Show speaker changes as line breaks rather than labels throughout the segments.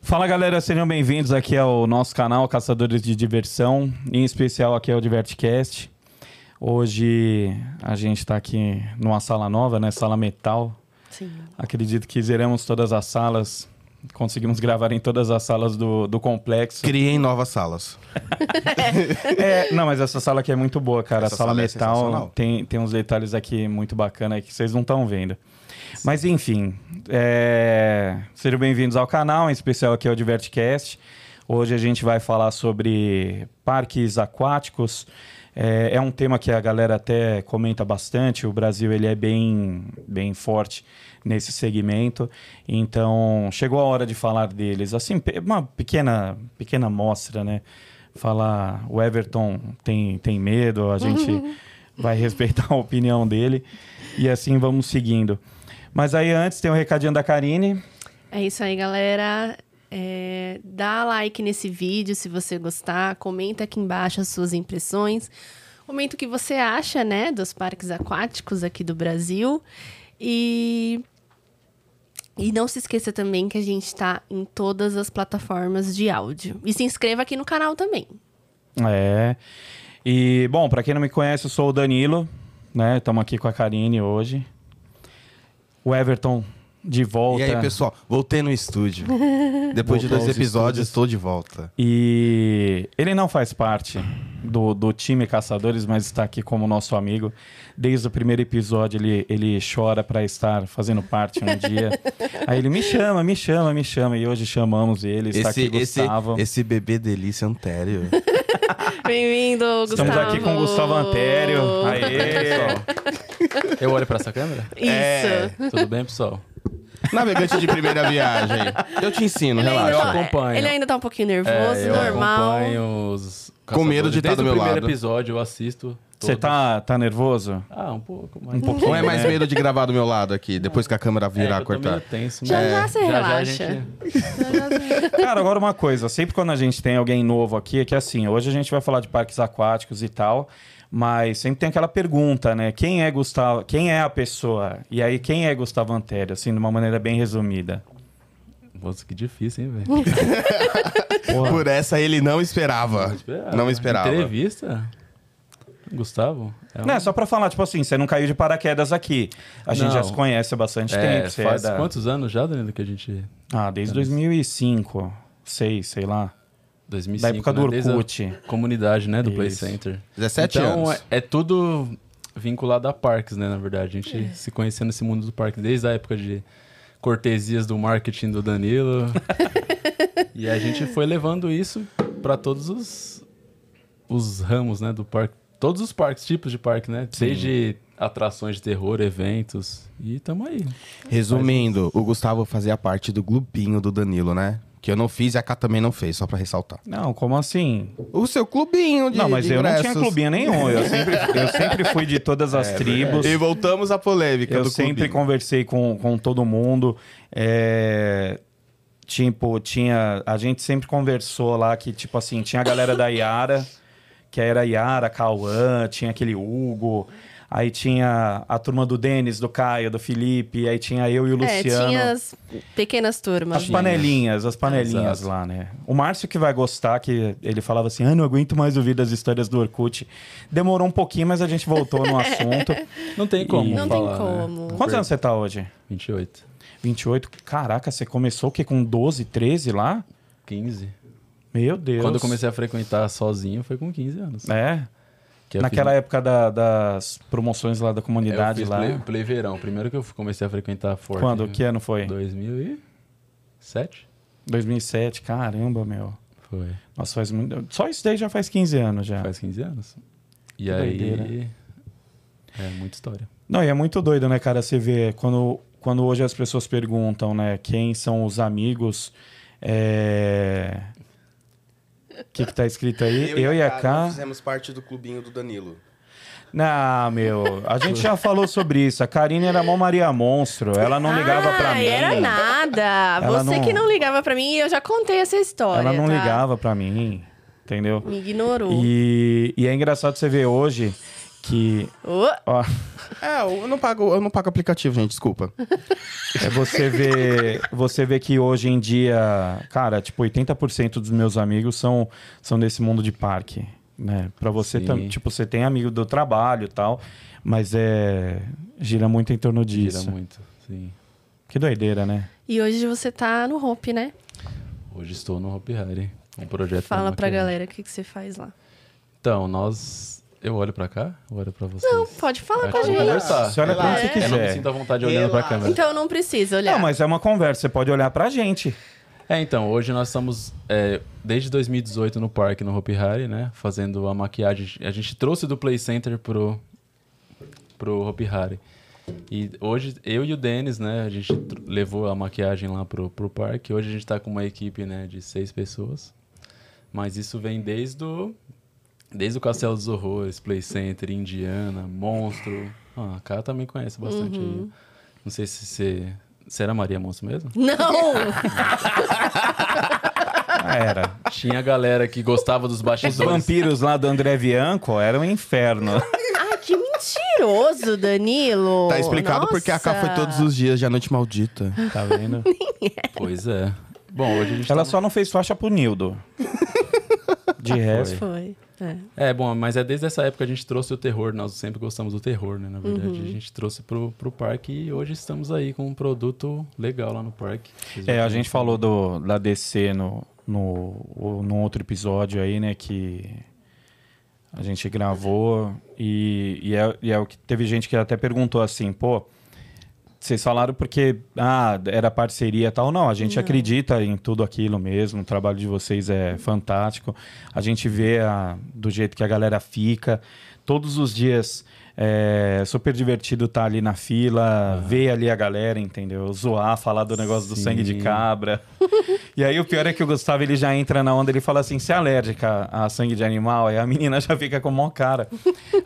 Fala galera, sejam bem-vindos aqui ao nosso canal Caçadores de Diversão, em especial aqui ao Divertcast. Hoje a gente está aqui numa sala nova, né? Sala metal.
Sim.
Acredito que zeramos todas as salas, conseguimos gravar em todas as salas do, do complexo.
Criem novas salas.
É, não, mas essa sala aqui é muito boa, cara. a
Essa
sala,
sala é
metal
sensacional.
tem, tem uns detalhes aqui muito bacana aí que vocês não estão vendo. Mas enfim, é, sejam bem-vindos ao canal, em especial aqui ao Divertcast. Hoje a gente vai falar sobre parques aquáticos. É, é um tema que a galera até comenta bastante. O Brasil ele é bem, bem forte nesse segmento. Então chegou a hora de falar deles. Assim, pe- uma pequena, pequena mostra, né? falar o Everton tem, tem medo, a gente vai respeitar a opinião dele e assim vamos seguindo. Mas aí antes tem um recadinho da Karine.
É isso aí, galera. É, dá like nesse vídeo se você gostar, comenta aqui embaixo as suas impressões, comenta o que você acha, né, dos parques aquáticos aqui do Brasil e e não se esqueça também que a gente tá em todas as plataformas de áudio. E se inscreva aqui no canal também.
É. E, bom, pra quem não me conhece, eu sou o Danilo, né? Estamos aqui com a Karine hoje. O Everton de volta.
E aí, pessoal, voltei no estúdio. Depois de
Voltou
dois
aos estúdios.
episódios, estou de volta.
E ele não faz parte do, do time Caçadores, mas está aqui como nosso amigo. Desde o primeiro episódio, ele, ele chora para estar fazendo parte um dia. Aí ele me chama, me chama, me chama. E hoje chamamos ele, está
Esse,
aqui
esse,
Gustavo.
esse bebê delícia Antério.
Bem-vindo, Gustavo.
Estamos aqui com o Gustavo Antério. Aê!
Eu olho pra essa câmera?
Isso.
É.
Tudo bem, pessoal?
Navegante de primeira viagem. Eu te ensino,
Ele ainda,
eu
relaxa.
tá,
acompanho.
ele ainda tá um pouquinho nervoso,
É, eu
normal.
acompanho os...
Com medo de
caçadores.
tá do
Desde
meu
o primeiro
lado.
episódio, eu assisto.
Você
todos.
tá, tá nervoso?
Ah, um pouco, mas...
Um pouquinho.
Não é mais medo de gravar do meu lado aqui, depois que a câmera
É,
virar
eu tô
cortar.
meio tenso,
Já
mas-
É, já você
a
relaxa.
gente-
Cara, agora uma coisa, sempre quando a gente tem alguém novo aqui, é que assim, hoje a gente vai falar de parques aquáticos e tal, mas sempre tem aquela pergunta, né? Quem é Gustavo, quem é a pessoa? E aí, quem é Gustavo Antério, assim, de uma maneira bem resumida? Então,
Nossa, que difícil, hein, velho?
Porra,
Por essa ele não esperava. Não esperava.
Entrevista? Gustavo? É um-
Não, é só pra falar, tipo assim, você não caiu de paraquedas aqui. A gente
Não.
já se conhece há bastante
É,
tempo. Você
faz
é da...
quantos anos já, Danilo, que a gente...
Ah, desde 2005, 6, sei lá.
2005,
Da época do
né? Desde a
Orkut.
Comunidade, né, do Play
Isso.
Center.
17
então,
anos.
É, é tudo vinculado a parques, né? Na verdade, a gente
É.
se conheceu nesse mundo do parque desde a época de cortesias do marketing do Danilo. e a gente foi levando isso para todos os, os ramos, né? Do parque. Todos os parques, tipos de parque, né? Desde atrações de terror, eventos. E tamo aí.
Resumindo, o Gustavo fazia parte do clubinho do Danilo, né? Que eu não fiz e a K também não fez, só pra ressaltar.
Não, como assim?
O seu clubinho de
não, mas
de
eu não tinha
ingressos.
clubinho nenhum. Eu sempre, eu sempre fui de todas as tribos.
E voltamos à polêmica
Eu
do
sempre
clubinho.
conversei com, com todo mundo. é, tipo, tinha. A gente sempre conversou lá que, tipo assim, tinha a galera da Yara, que era Yara, Cauã, tinha aquele Hugo. Aí tinha a turma do Denis, do Caio, do Felipe, aí tinha eu e o
É,
Luciano.
tinha as pequenas turmas.
As
né?
panelinhas, as panelinhas
Exato.
lá, né? O Márcio que vai gostar, que ele falava assim, ah, não aguento mais ouvir das histórias do Orkut. Demorou um pouquinho, mas a gente voltou no assunto.
Não tem como.
Não tem
falar, né?
como.
Quantos anos você tá hoje?
28.
28. Caraca, você começou o quê? Com 12, 13 lá?
15.
Meu Deus.
Quando eu comecei a frequentar sozinho foi com 15 anos.
É,
Que eu
naquela
fiz- É,
época da- das promoções lá da comunidade
eu fiz
lá.
Play, play verão. Primeiro que eu comecei a frequentar forte.
Quando? Que ano foi?
2007?
2007. Caramba, meu.
Foi.
Nossa, faz muito... Só isso daí já faz 15 anos já.
Faz 15 anos. E
Que
aí.
doideira.
É muita história.
Não, e é muito doido, né, cara? Você vê quando, quando hoje as pessoas perguntam, né, quem são os amigos. É. O que, que tá escrito aí? Eu, e a K.
fizemos parte do clubinho do Danilo.
Não, meu, a gente já falou sobre isso. A Karine era mó Maria Monstro. Ela não ligava pra
Ai,
mim.
Ah, Era nada.
Ela
Você
não-
que não ligava pra mim, eu já contei essa história.
Ela não
tá?
ligava pra mim. Entendeu?
Me ignorou.
E, e é engraçado você ver hoje que.
Ô,
Ó,
É, eu não pago, eu não pago aplicativo, gente, desculpa.
É você ver, você vê que hoje em dia, cara, tipo, 80% dos meus amigos são, são desse mundo de parque, né? Para você,
Sim.
tam- tipo, você tem amigo do trabalho e tal, mas é gira muito em torno disso.
Gira muito, sim.
Que doideira, né?
E hoje você tá no Hope, né?
Hoje estou no Hopi Hari, um projeto... da
Fala pra
Maquiagem.
galera o que, que você faz lá.
Então, nós... Eu olho pra cá ou olho pra vocês?
Não, pode falar
Acho
com a
que eu vou
gente.
conversar. né?
Você olha pra onde você
É.
Eu não me
quiser.
sinto à vontade olhando pra câmera.
Então não precisa olhar.
Não, mas é uma conversa, você pode olhar pra gente.
É, então, hoje nós estamos é, desde 2018 no parque, no Hopi Hari, né? Fazendo a maquiagem. A gente trouxe do Play Center pro, pro Hopi Hari. E hoje, eu e o Denis, né? A gente tr- levou a maquiagem lá pro, pro parque. Hoje a gente tá com uma equipe né, de seis pessoas. Mas isso vem desde o, desde o Castelo dos Horrores, Play Center, Indiana, Monstro. Ah, a Cara também conhece bastante. aí. Não sei se você... Será Maria Monstro mesmo?
Não!
Ah, era.
Tinha a galera que gostava dos
Os
bastidores.
vampiros lá do André Bianco eram um inferno.
ah, que mentiroso, Danilo!
Tá explicado porque a K foi
Nossa.
todos os dias de A Noite Maldita.
Tá vendo?
Pois é. Bom, hoje a gente
Ela
tá...
só não fez faixa pro Nildo. De resto.
Foi. É.
É, bom, mas é desde essa época que a gente trouxe o terror. Nós sempre gostamos do terror, né? Na
Uhum.
verdade, a gente trouxe pro, pro parque e hoje estamos aí com um produto legal lá no parque. Vocês
É,
vão
a gente
conhecer.
falou do, da DC no, no, o- num outro episódio aí, né? Que a gente gravou e, e, é, e é o que teve gente que até perguntou assim, pô, vocês falaram porque ah, era parceria e tal. Não, a gente acredita em tudo aquilo mesmo. O trabalho de vocês é fantástico. A gente vê a- do jeito que a galera fica. Todos os dias é super divertido estar ali na fila, ver ali a galera, entendeu? Zoar, falar do negócio do
Sim.
sangue de cabra. e aí o pior é que o Gustavo ele já entra na onda, ele fala assim: você é alérgica a sangue de animal? Aí a menina já fica com mó cara.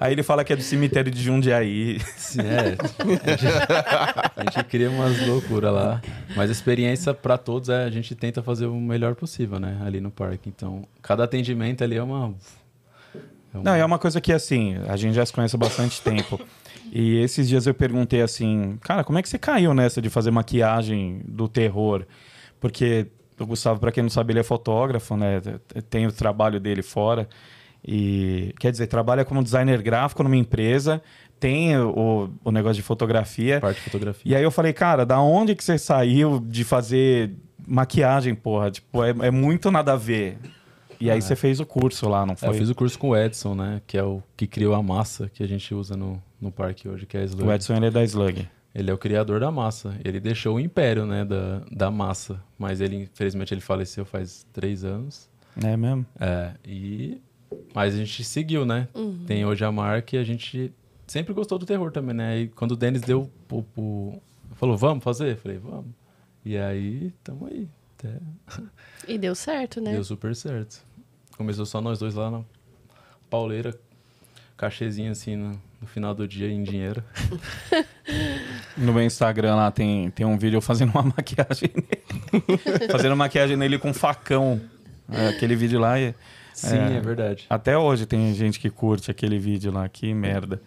aí ele fala que é do cemitério de Jundiaí.
Sim, é. A gente, a gente cria umas loucuras lá. Mas a experiência pra todos é a gente tenta fazer o melhor possível, né? Ali no parque. Então, cada atendimento ali é uma. é um-
Não, é uma coisa que, assim, a gente já se conhece há bastante tempo. E esses dias eu perguntei assim, cara, como é que você caiu nessa de fazer maquiagem do terror? Porque o Gustavo, pra quem não sabe, ele é fotógrafo, né? Tem o trabalho dele fora. E quer dizer, trabalha como designer gráfico numa empresa, tem o, o negócio de fotografia.
parte de fotografia.
E aí eu falei, cara, da onde que você saiu de fazer maquiagem, porra? Tipo, é, é muito nada a ver. E aí você fez o curso lá, não
É,
foi?
Eu fiz o curso com o Edson, né? Que é o que criou a massa que a gente usa no, no parque hoje, que é a Slug.
O Edson ele é da Slug.
Ele é o criador da massa. Ele deixou o império, né? Da, da massa. Mas ele, infelizmente, ele faleceu faz três anos.
É mesmo?
É, e... Mas a gente seguiu, né? Tem hoje a marca e a gente sempre gostou do terror também, né? E quando o Denis deu o... o- Falou, vamos fazer? Eu falei, vamos. E aí, tamo aí. Até...
E deu certo, né?
Deu super certo. Começou só nós dois lá na pauleira, cachezinho assim no, no final do dia em dinheiro.
No meu Instagram lá tem, tem um vídeo eu fazendo uma maquiagem nele. fazendo maquiagem nele com facão. É, aquele vídeo lá. é-
Sim, é, verdade.
Até hoje tem gente que curte aquele vídeo lá. Que merda.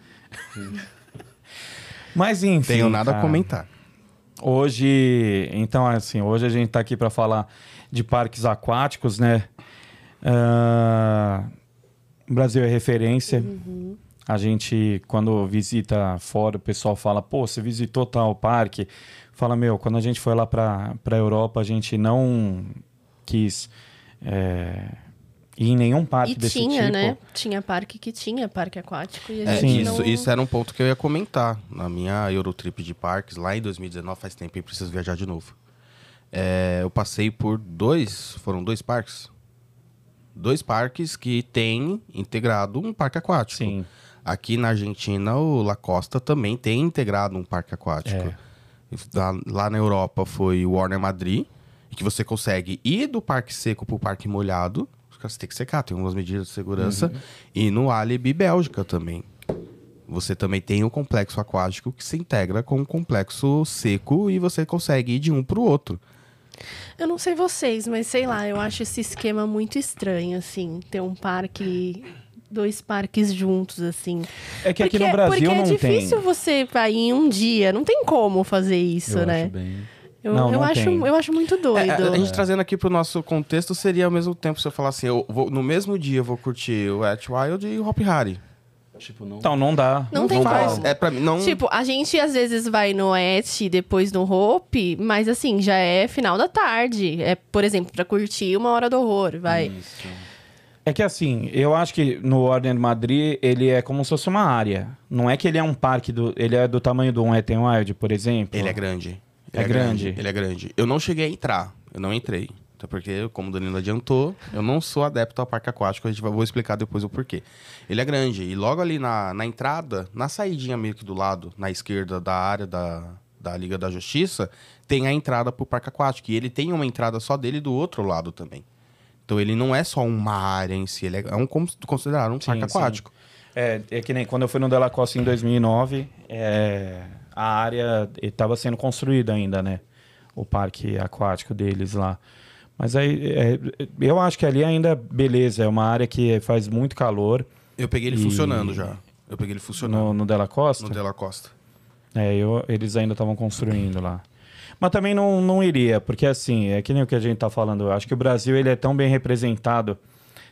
Mas enfim.
Tenho nada a
cara.
comentar.
Hoje, então assim, hoje a gente tá aqui para falar de parques aquáticos, né? Ah, o Brasil é referência.
Uhum.
A gente, quando visita fora, o pessoal fala, pô, você visitou tal parque? Fala, meu, quando a gente foi lá pra, pra Europa, a gente não quis é, ir em nenhum parque
E
desse
tinha,
tipo.
né? Tinha parque que tinha, parque aquático. E a
É,
gente
isso,
não...
isso era um ponto que eu ia comentar. Na minha Eurotrip de parques, lá em 2019, faz tempo e preciso viajar de novo. É, eu passei por dois, foram dois parques. Dois parques que tem integrado um parque aquático.
Sim.
Aqui na Argentina, o La Costa também tem integrado um parque aquático.
É.
Lá, lá na Europa foi o Warner Madrid, que você consegue ir do parque seco pro parque molhado. Você tem que secar, tem algumas medidas de segurança.
Uhum.
E no Alibi, Bélgica também. Você também tem o complexo aquático que se integra com o complexo seco e você consegue ir de um pro outro.
Eu não sei vocês, mas sei lá, eu acho esse esquema muito estranho, assim. Ter um parque dois parques juntos, assim.
É que aqui
Porque-
no Brasil
Porque
não
é
tem.
difícil você ir em um dia. Não tem como fazer isso,
eu
né?
acho bem.
Eu,
Não,
eu
não
acho,
tem.
eu acho muito doido.
É, a- a gente trazendo aqui pro nosso contexto seria ao mesmo tempo se eu falar assim, eu vou- no mesmo dia eu vou curtir o Wet Wild e o Hop Harry.
Tipo, não.
Então, não dá.
Não tem
faz,
como.
é para mim não
Tipo, a gente às vezes vai no Et e depois no Hope, mas assim, já é final da tarde. É, por exemplo, pra curtir uma hora do horror, vai.
Hum,
Isso.
É que assim, eu acho que no Ordem de Madrid ele é como se fosse uma área. Não é que ele é um parque do. Ele é do tamanho do um Etten Wild, por exemplo.
Ele é grande.
É grande.
Ele é grande. Eu não cheguei a entrar. Eu não entrei. Até porque, como o Danilo adiantou, eu não sou adepto ao parque aquático. A gente vai, vou explicar depois o porquê. Ele é grande. E logo ali na, na entrada, na saidinha meio que do lado, na esquerda da área da, da Liga da Justiça, tem a entrada pro parque aquático. E ele tem uma entrada só dele do outro lado também. Então ele não é só uma área em si. Ele é, é um cons- considerado um
Sim,
parque
sim.
aquático.
É, é que nem quando eu fui no Delacosta em 2009, é, a área estava sendo construída ainda, né? O parque aquático deles lá. Mas aí, é, eu acho que ali ainda, beleza, é uma área que faz muito calor
Eu peguei ele
E-
funcionando já. Eu peguei ele funcionando
no, no Della Costa.
no Dela Costa.
É, eu- eles ainda estavam construindo lá. Mas também não, não iria, porque assim, é que nem o que a gente tá falando. Eu acho que o Brasil ele é tão bem representado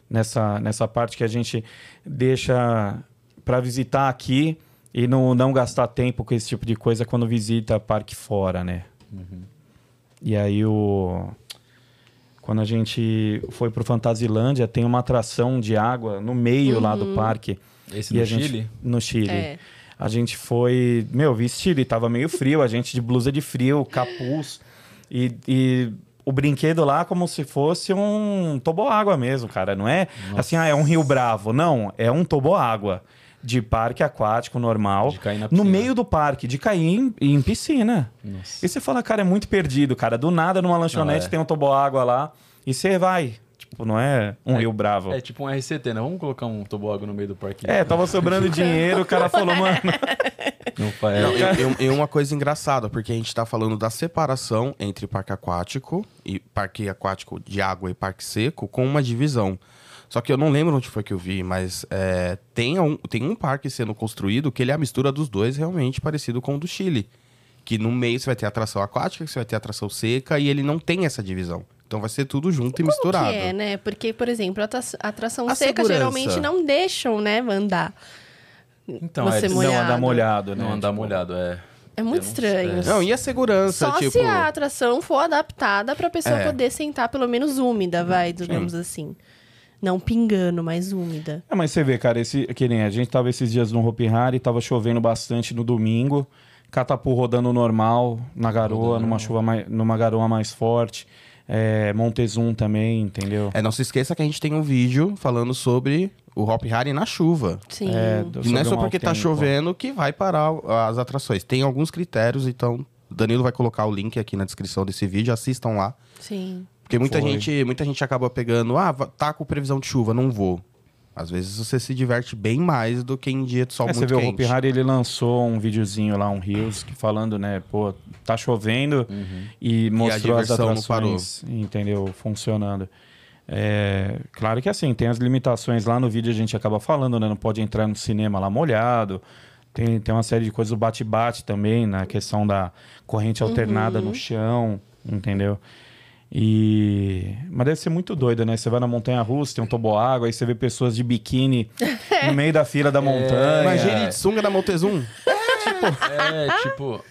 nessa, nessa parte que a gente deixa para visitar aqui e não, não gastar tempo com esse tipo de coisa quando visita parque fora, né?
Uhum.
E aí o. Quando a gente foi pro Fantasilândia, tem uma atração de água no meio lá do parque.
Esse
E
do
a gente-
Chile?
No Chile.
É.
A gente foi. Meu, vesti ele, tava meio frio, a gente de blusa de frio, capuz. E, e o brinquedo lá como se fosse um toboágua mesmo, cara. Não é assim, ah, é um rio bravo. Não, é um toboágua. De parque aquático normal.
De cair na
no
piscina.
meio do parque, de cair em, em piscina.
Nossa.
E você fala, cara, é muito perdido, cara. Do nada, numa lanchonete,
é.
tem um toboágua lá. E você vai. Tipo, não é um rio bravo.
É tipo um RCT, né? Vamos colocar um toboágua no meio do parque.
É, tava sobrando dinheiro, o cara falou, mano.
Não é. faz.
Não, e, e- e uma coisa engraçada, porque a gente tá falando da separação entre parque aquático e parque aquático de água e parque seco com uma divisão. Só que eu não lembro onde foi que eu vi, mas é, tem, um, tem um parque sendo construído que ele é a mistura dos dois realmente parecido com o do Chile. Que no meio você vai ter atração aquática, você vai ter atração seca e ele não tem essa divisão. Então vai ser tudo junto e
Como
misturado.
que é, né? Porque, por exemplo, a atra- atração
A
seca
segurança.
geralmente não deixam, né, andar.
Então,
você
é, eles
Não
molhado.
andar molhado, né?
não andar
Tipo,
molhado, é.
É muito
Eu não
estranho.
sei.
Não, e a segurança,
Só
tipo.
se a atração for adaptada pra pessoa
É.
poder sentar pelo menos úmida, vai, digamos assim. Não pingando, mas úmida.
É, mas você vê, cara, esse, que nem a gente tava esses dias no Hopi Hari, tava chovendo bastante no domingo, Catapu rodando normal, na garoa, numa chuva mais, numa garoa mais forte, é, Montezum também, entendeu?
É, não se esqueça que a gente tem um vídeo falando sobre o Hop Harry na chuva.
Sim.
do-
E não
sobre
é só
o
porque tá
mau tempo.
chovendo que vai parar as atrações. Tem alguns critérios, então o Danilo vai colocar o link aqui na descrição desse vídeo, assistam lá.
Sim.
Porque muita
Foi.
gente, muita gente acaba pegando, ah, va- tá com previsão de chuva, não vou. Às vezes você se diverte bem mais do que em dia de sol
É, você
tá muito
vê o
quente.
Hopi Hari, ele lançou um videozinho lá, um Reels, que falando, né, pô, tá chovendo e mostrou as
Uhum. diversão não
atrações, entendeu, funcionando. É, claro que assim, tem as limitações lá no vídeo, a gente acaba falando, né, não pode entrar no cinema lá molhado, tem, tem uma série de coisas, o bate-bate também, na questão da corrente alternada no chão, entendeu? E... Mas deve ser muito doido, né? Você vai na montanha-russa, tem um toboágua, aí você vê pessoas de biquíni no meio da fila da montanha.
Imagina ele de sunga da Montezum.
É, tipo.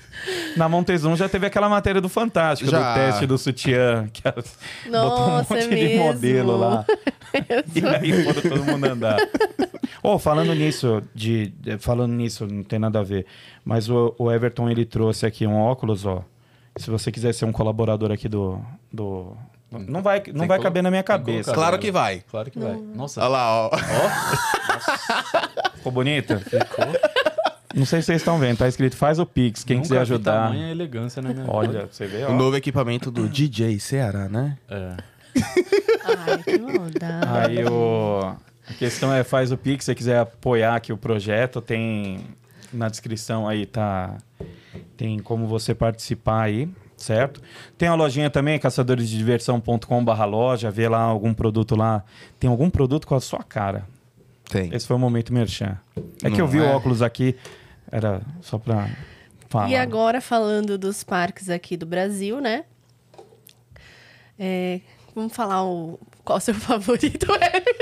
Na Montezum já teve aquela matéria do Fantástico,
Já.
do teste do sutiã, que elas botou um
Nossa,
monte
é
de
mesmo. É
modelo lá. E aí foram todo mundo andar. Ô, falando nisso, de, de- falando nisso, não tem nada a ver. Mas o, o Everton, ele trouxe aqui um óculos, ó. Se você quiser ser um colaborador aqui do... do não vai, não
tem
vai
que
caber na minha
colo- tem que
cabeça.
colocar.
Claro que vai.
Claro que vai. Nossa,
Olha lá, ó.
Ficou bonita?
ficou.
Não sei se vocês estão vendo. Tá escrito, faz o Pix, quem
Nunca
quiser
vi
ajudar.
Tamanha elegância, né? minha vida.
Olha, você vê,
O
ó.
novo equipamento do DJ Ceará, né?
É.
Ai, que maldade.
Aí o... A questão é, faz o Pix, se você quiser apoiar aqui o projeto, tem na descrição aí, tá? Tem como você participar aí, certo? Tem a lojinha também, caçadoresdediversão.com barra loja, vê lá algum produto lá. Tem algum produto com a sua cara.
Tem.
Esse foi o momento merchan. É que
Não
eu vi
é?
o óculos aqui, era só pra falar.
E agora, falando dos parques aqui do Brasil, né? É, vamos falar o, qual o seu favorito, Everton?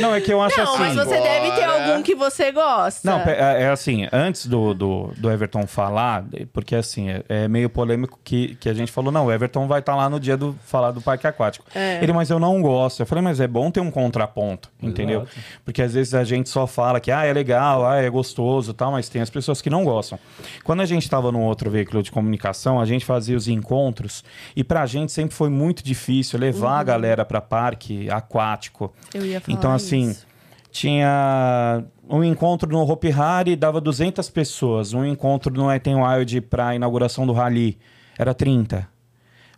Não, é que eu acho
Não,
assim...
mas você
Bora.
deve ter algum que você gosta.
Não, pe- é é assim, antes do, do, do Everton falar, porque assim, é, é meio polêmico que, que a gente falou, não, o Everton vai estar lá no dia do falar do parque aquático.
É.
Ele, mas eu não gosto. Eu falei, mas é bom ter um contraponto, entendeu? Porque às vezes a gente só fala que, ah, é legal, ah, é gostoso e tal, mas tem as pessoas que não gostam. Quando a gente estava num outro veículo de comunicação, a gente fazia os encontros e pra gente sempre foi muito difícil levar a galera pra parque aquático.
Eu ia falar
Então, assim,
isso.
tinha um encontro no Hopi Hari, dava 200 pessoas. Um encontro no Eten Wild pra inauguração do Rally, era 30.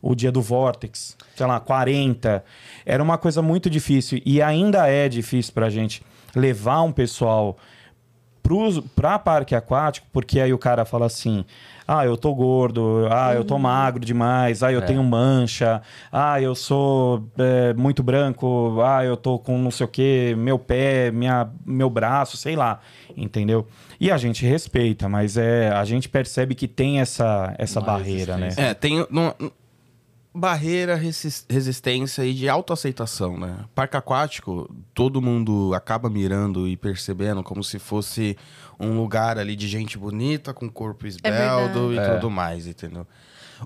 O dia do Vortex, sei lá, 40. Era uma coisa muito difícil. E ainda é difícil pra gente levar um pessoal para parque aquático, porque aí o cara fala assim: ah, eu tô gordo, ah,
Uhum.
eu tô magro demais, ah,
É.
eu tenho mancha, ah, eu sou é, muito branco, ah, eu tô com não sei o que, meu pé, minha, meu braço, sei lá, entendeu? E a gente respeita, mas é a gente percebe que tem essa, essa
Uma
barreira, né?
resistência.
É, tem não- barreira, resist- resistência e de autoaceitação, né? Parque aquático, todo mundo acaba mirando e percebendo como se fosse um lugar ali de gente bonita, com corpo esbelto e
É.
tudo mais, entendeu?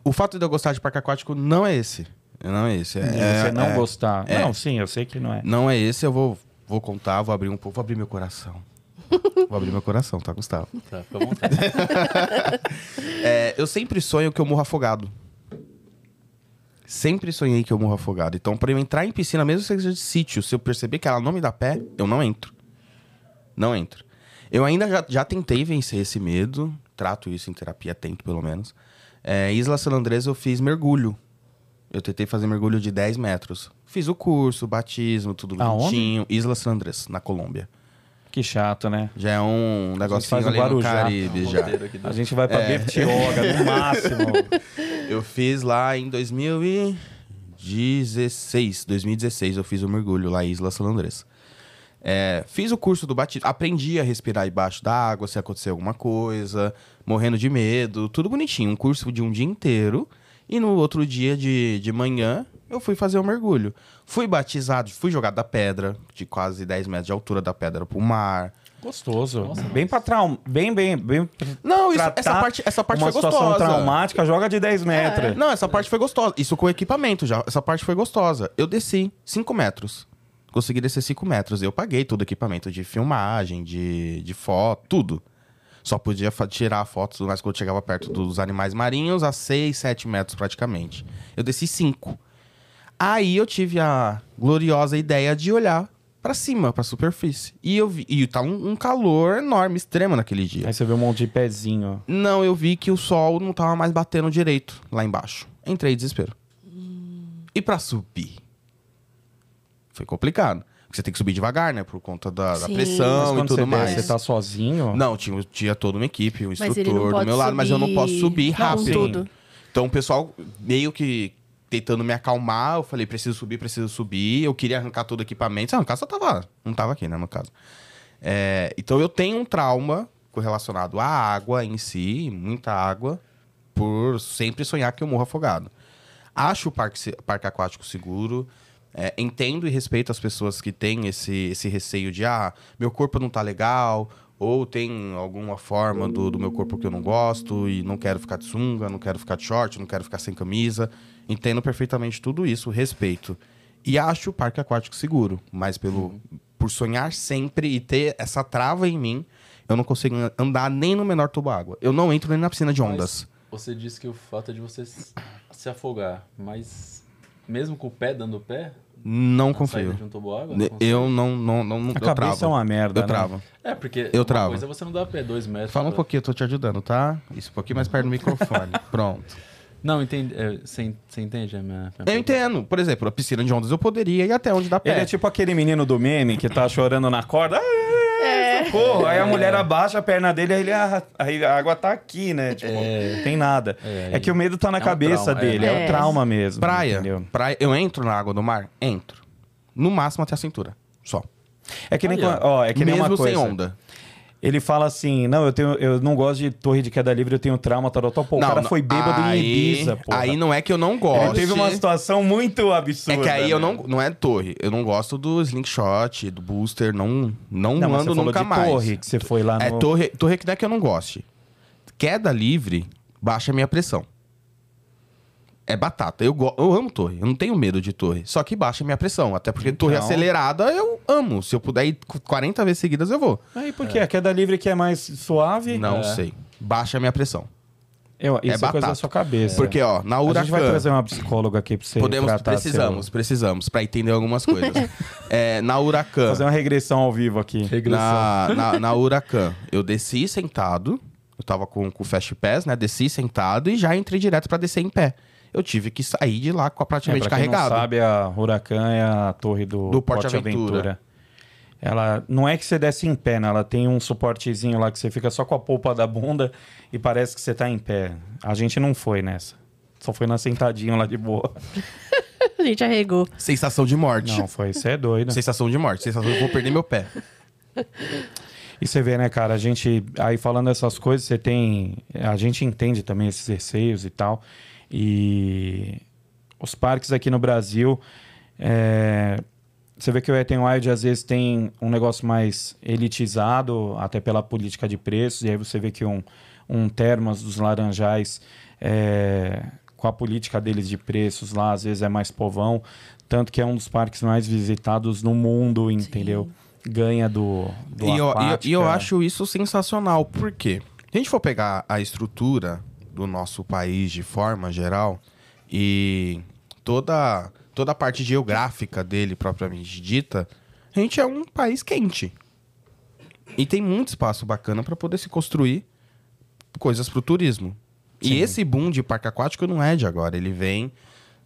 O fato de eu gostar de parque aquático não é esse. Não é esse. É,
E você
é-
não
é-
gostar.
é.
Não, sim, eu sei que não é.
Não é esse, eu vou, vou contar, vou abrir um pouco, vou abrir meu coração. vou abrir meu coração, tá, Gustavo?
Tá, fica à vontade.
É, eu sempre sonho que eu morro afogado. Sempre sonhei que eu morro afogado. Então, pra eu entrar em piscina, mesmo que seja de sítio, se eu perceber que ela não me dá pé, eu não entro. Não entro. Eu ainda já, já tentei vencer esse medo. Trato isso em terapia, tento pelo menos. É, Isla San Andrés eu fiz mergulho. Eu tentei fazer mergulho de 10 metros. Fiz o curso, batismo, tudo
Aonde?
bonitinho. Isla San Andrés, na Colômbia.
Que chato, né?
Já é um negocinho
faz um
ali no
Guarujá.
Caribe, já.
A gente vai pra
É.
Bertioga no máximo.
Eu fiz lá em 2016. 2016 eu fiz o mergulho lá em Isla San Andrés. É, fiz o curso do batismo, aprendi a respirar embaixo da água se acontecer alguma coisa, morrendo de medo, tudo bonitinho. Um curso de um dia inteiro. E no outro dia de, de manhã, eu fui fazer o mergulho. Fui batizado, fui jogado da pedra, de quase 10 metros de altura da pedra pro mar.
Gostoso. bem pra trauma. Bem, bem, bem.
Não, isso-
tratar
essa parte, essa parte
uma
foi gostosa. É,
situação traumática, joga de 10 metros.
Não, essa parte foi gostosa. Isso com equipamento já. Essa parte foi gostosa. Eu desci 5 metros. Consegui descer 5 metros. Eu paguei todo o equipamento de filmagem, de, de foto, tudo. Só podia fa- tirar fotos mais quando chegava perto dos animais marinhos, a 6, 7 metros praticamente. Eu desci 5. Aí eu tive a gloriosa ideia de olhar pra cima, pra superfície. E eu vi. E tá um, um calor enorme, extremo naquele dia.
Aí você vê um monte de pezinho.
Não, eu vi que o sol não tava mais batendo direito lá embaixo. Entrei em desespero. E pra subir? Foi complicado. Porque você tem que subir devagar, né? Por conta da, da
Sim.
Mas
pressão e
quando você
tudo
vê,
mais.
você tá sozinho.
Não, tinha, tinha toda uma equipe, um
ele
instrutor
não
do meu
pode
lado, mas eu não
subir-
posso subir
não,
rápido.
tudo.
Então o pessoal meio que tentando me acalmar, eu falei, preciso subir, preciso subir. Eu queria arrancar todo o equipamento. Ah, no caso eu tava. Não tava aqui, né? No caso. É, então eu tenho um trauma correlacionado à água em si, muita água, por sempre sonhar que eu morro afogado. Acho o parque, se- parque aquático seguro. é, entendo e respeito as pessoas que têm esse, esse receio de ah, meu corpo não tá legal, ou tem alguma forma do, do meu corpo que eu não gosto, e não quero ficar de sunga, não quero ficar de short, não quero ficar sem camisa. Entendo perfeitamente tudo isso, respeito. E acho o parque aquático seguro, mas
Uhum.
pelo por sonhar sempre e ter essa trava em mim, eu não consigo andar nem no menor tubo água. Eu não entro nem na piscina de ondas.
Você disse que o fato é de você s- se afogar, mas mesmo com o pé dando pé,
Não
na saída
confio.
de um toboágua,
Ne-
consegue?
Eu não, não, não, não
A
eu
cabeça
travo.
é uma merda.
Eu
né?
travo.
É, porque
Eu
uma
travo.
coisa é você não dá pé dois metros.
Fala um
pra-
pouquinho, eu tô te ajudando, tá? Isso, um pouquinho mais perto do microfone. Pronto.
Não, entendi. é, Você en- você entende a minha. minha
Eu
pergunta?
entendo. Por exemplo, a piscina de ondas eu poderia ir até onde dá pé.
Ele é tipo aquele menino do meme que tá chorando na corda. Ah,
É.
Porra, aí a mulher abaixa a perna dele, aí, ele, ah, aí a água tá aqui,
É.
né? Tipo, não tem nada.
É,
É, que o medo tá na
é um
cabeça
trauma, é,
dele, é,
né?
o trauma mesmo.
Praia.
entendeu?
praia. Eu entro na água do mar? Entro. No máximo até a cintura. Só.
É que nem,
Aí,
com- ó, é que nem
Mesmo
uma coisa.
sem onda.
Ele fala assim: não, eu, tenho, eu não gosto de torre de queda livre, eu tenho trauma, tal, tal. Pô, o cara foi bêbado em Ibiza, pô.
Aí não é que eu não
Ele
gosto.
teve uma situação muito absurda.
É que aí eu
né?
não. Não é torre. Eu não gosto do slingshot, do booster. Não, não,
Não, mas
mando
você falou
nunca
de
mais.
torre, que você foi lá
É
no...
torre, torre que não é que eu não goste. Queda livre baixa a minha pressão. É batata. Eu, go- eu amo torre. Eu não tenho medo de torre. Só que baixa a minha pressão. Até porque torre
Então.
acelerada eu amo. Se eu puder ir qu- 40 vezes seguidas, eu vou.
Aí por quê? A queda livre que é mais suave?
Não
É.
sei. Baixa a minha pressão.
Eu, isso é, coisa
batata.
da sua cabeça.
Porque, ó, na
a
Huracan...
gente vai trazer uma psicóloga aqui pra você
Podemos,
tratar
precisamos,
seu-
precisamos, pra entender algumas coisas. É, na Huracan,
Fazer uma regressão ao vivo aqui.
Regressão.
na, na, na Huracan, eu desci sentado, eu tava com, com o Fast Pass, né? Desci sentado e já entrei direto pra descer em pé. Eu tive que sair de lá com a
É,
praticamente
pra quem não
carregado.
sabe, a Huracan é a torre do,
Do Porte Aventura.
Ela não é que você desce em pé, né? Ela tem um suportezinho lá que você fica só com a polpa da bunda e parece que você tá em pé. A gente não foi nessa. Só foi na sentadinha lá de boa.
A gente arregou.
Sensação de morte.
Não, foi. Você é doido.
Sensação de morte. Sensação de vou perder meu pé.
E você vê, né, cara, a gente aí falando essas coisas, você tem, a gente entende também esses receios e tal. E os parques aqui no Brasil, é, você vê que o Ethan Wild às vezes tem um negócio mais elitizado, até pela política de preços, e aí você vê que um, um Termas dos Laranjais, é, com a política deles de preços lá, às vezes é mais povão, tanto que é um dos parques mais visitados no mundo, entendeu? Ganha do, do
E eu, e eu-
Aquática.
e eu acho isso sensacional, porque se a gente for pegar a estrutura do nosso país de forma geral e toda, toda a parte geográfica dele propriamente dita, a gente é um país quente. E tem muito espaço bacana para poder se construir coisas pro turismo. E esse boom de parque aquático não é de agora, ele vem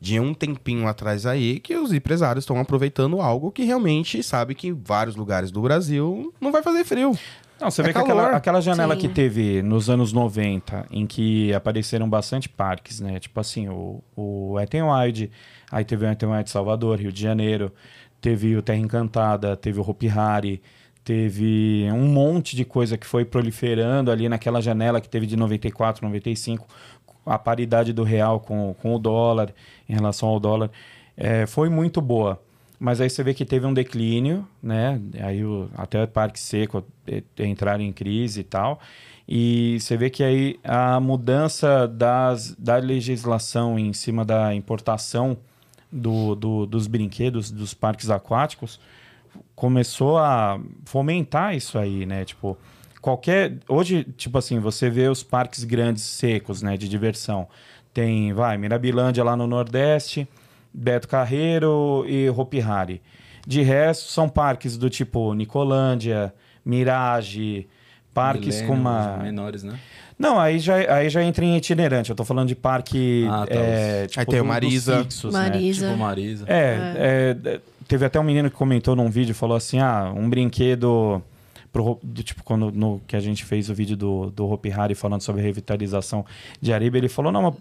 de um tempinho atrás aí que os empresários estão aproveitando algo que realmente sabe que em vários lugares do Brasil não vai fazer frio.
Não, você
É
vê que
calor.
aquela, aquela janela
Sim.
que teve nos anos 90, em que apareceram bastante parques, né? Tipo assim, o, o Eten Wild, aí teve o Eten Wild Salvador, Rio de Janeiro, teve o Terra Encantada, teve o Hopi Hari, teve um monte de coisa que foi proliferando ali naquela janela que teve de 94, 95, a paridade do real com, com o dólar, em relação ao dólar, é, foi muito boa. Mas aí você vê que teve um declínio, né? Aí o, até o Parque Seco eh, entraram em crise e tal. E você vê que aí a mudança das, da legislação em cima da importação do, do- dos brinquedos, dos parques aquáticos, começou a fomentar isso aí, né? Tipo, qualquer. Hoje, tipo assim, você vê os parques grandes secos, né? De diversão. Tem, vai, Mirabilândia lá no Nordeste, Beto Carreiro e Hopi Hari. De resto, são parques do tipo Nicolândia, Mirage, parques
Milênio,
com uma.
os Menores, né?
Não, aí já, aí já entra em itinerante. Eu tô falando de parque.
Ah, tá,
é,
Aí tem o
do- dos
Marisa.
fixos, né?
Marisa.
Tipo Marisa.
É, é, é, teve até um menino que comentou num vídeo, falou assim, ah, um brinquedo pro, Hop- do tipo quando no, que a gente fez o vídeo do do Hopi Hari falando sobre revitalização de Ariba, ele falou não, mas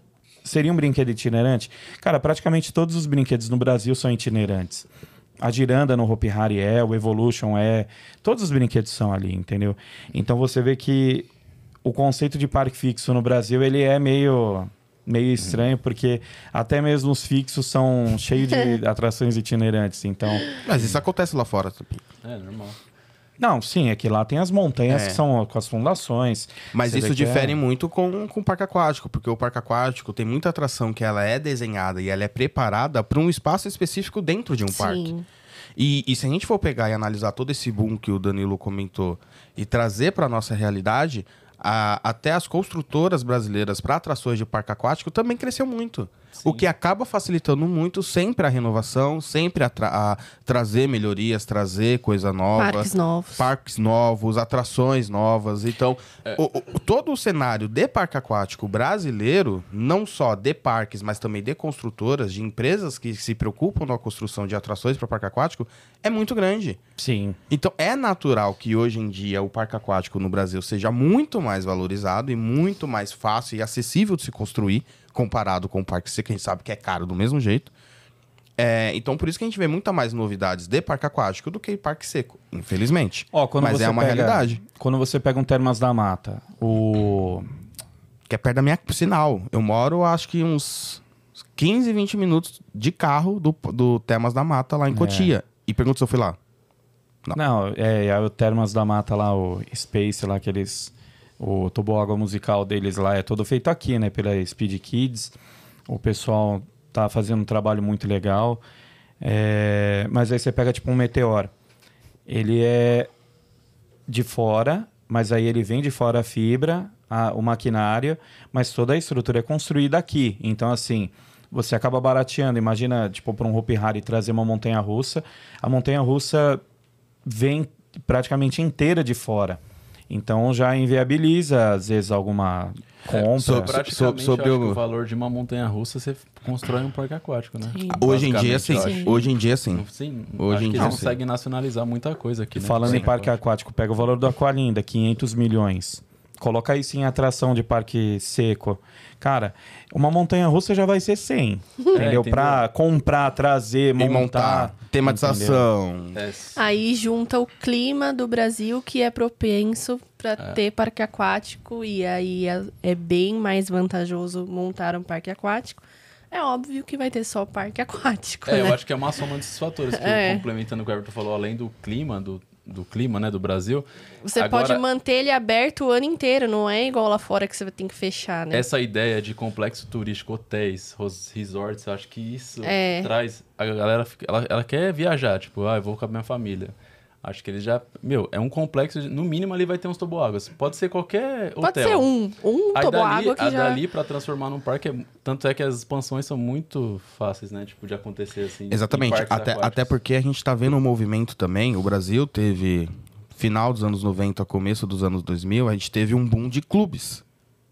seria um brinquedo itinerante. Cara, praticamente todos os brinquedos no Brasil são itinerantes. A Giranda no Hopi Hari é, o Evolution é, todos os brinquedos são ali, entendeu? Então você vê que o conceito de parque fixo no Brasil ele é meio meio estranho porque até mesmo os fixos são cheios de atrações itinerantes então
Mas isso acontece lá fora também.
É, normal.
não sim é que lá tem as montanhas
É.
que são com as fundações
Mas
Você vê
isso
que é-
difere muito com, com o parque aquático, porque o parque aquático tem muita atração que ela é desenhada e ela é preparada para um espaço específico dentro de um parque.
Sim.
E, e se a gente for pegar e analisar todo esse boom que o Danilo comentou e trazer para nossa realidade, a- até as construtoras brasileiras para atrações de parque aquático também cresceu muito. O que acaba facilitando muito sempre a renovação, sempre a, tra- a trazer melhorias, trazer coisa nova.
Parques novos.
Parques novos, atrações novas. Então, o- o- todo o cenário de parque aquático brasileiro, não só de parques, mas também de construtoras, de empresas que se preocupam na construção de atrações para parque aquático, é muito grande.
sim
Então, é natural que hoje em dia o parque aquático no Brasil seja muito mais valorizado e muito mais fácil e acessível de se construir, comparado com o parque seco, que a gente sabe que é caro do mesmo jeito. É, então, por isso que a gente vê muito mais novidades de parque aquático do que parque seco, infelizmente.
Ó, quando
Mas
você
é uma
pega-
realidade.
Quando você pega um Termas da Mata, o.
Que é perto da minha... Por sinal, eu moro, acho que uns 15, 20 minutos de carro do, do Temas da Mata,
É.
lá em Cotia. E pergunta se eu fui lá.
Não, é, é o Termas da Mata lá, o Space lá, que eles. O tobogã musical deles lá é todo feito aqui, né? Pela Speed Kids. O pessoal tá fazendo um trabalho muito legal. É, mas aí você pega tipo um meteor. Ele é de fora, mas aí ele vem de fora a fibra, a- o maquinário, mas toda a estrutura é construída aqui. Então, assim, você acaba barateando. Imagina, tipo, para um Hopi Hari trazer uma montanha russa. A montanha russa vem praticamente inteira de fora. Então já inviabiliza, às vezes, alguma compra.
so- so-
Praticamente,
sobre
eu acho
o-
que o valor de uma montanha russa, você constrói um parque aquático, né?
Sim.
Hoje em dia, sim.
Basicamente, eu
sim.
acho.
Hoje em dia, sim.
Sim,
Hoje
acho
em
que
dia, é assim.
eles
sim.
conseguem nacionalizar muita coisa aqui, né?
Falando em
Sim.
parque aquático, pega o valor do Aqualinda, 500 milhões. Coloca isso em atração de parque seco. Cara, uma montanha russa já vai ser 100. entendeu?
entendeu?
Pra comprar, trazer,
E
montar.
montar tematização.
É,
Aí junta o clima do Brasil, que é propenso
É.
para ter parque aquático, e aí é, é bem mais vantajoso montar um parque aquático. É óbvio que vai ter só parque aquático,
É,
né?
eu acho que é uma soma desses fatores que
É.
complementando o que o Everton falou, além do clima, do, do clima, né, do Brasil.
Você
Agora-
pode manter ele aberto o ano inteiro, não é igual lá fora que você tem que fechar, né?
Essa ideia de complexo turístico, hotéis, ros- resorts, eu acho que isso
É.
traz. A galera fica- ela, ela quer viajar, tipo, ah, eu vou com a minha família. Acho que ele já. Meu, é um complexo. de- no mínimo ali vai ter uns toboáguas. Pode ser qualquer hotel.
Pode ser um, um
é Aí
toboágua
dali,
que
a
já...
dali pra transformar num parque. é- tanto é que as expansões são muito fáceis, né? Tipo, de acontecer assim. em
Exatamente.
parques
Até,
aquáticos.
até porque a gente está vendo um movimento também. O Brasil teve, final dos anos 90, começo dos anos 2000, a gente teve um boom de clubes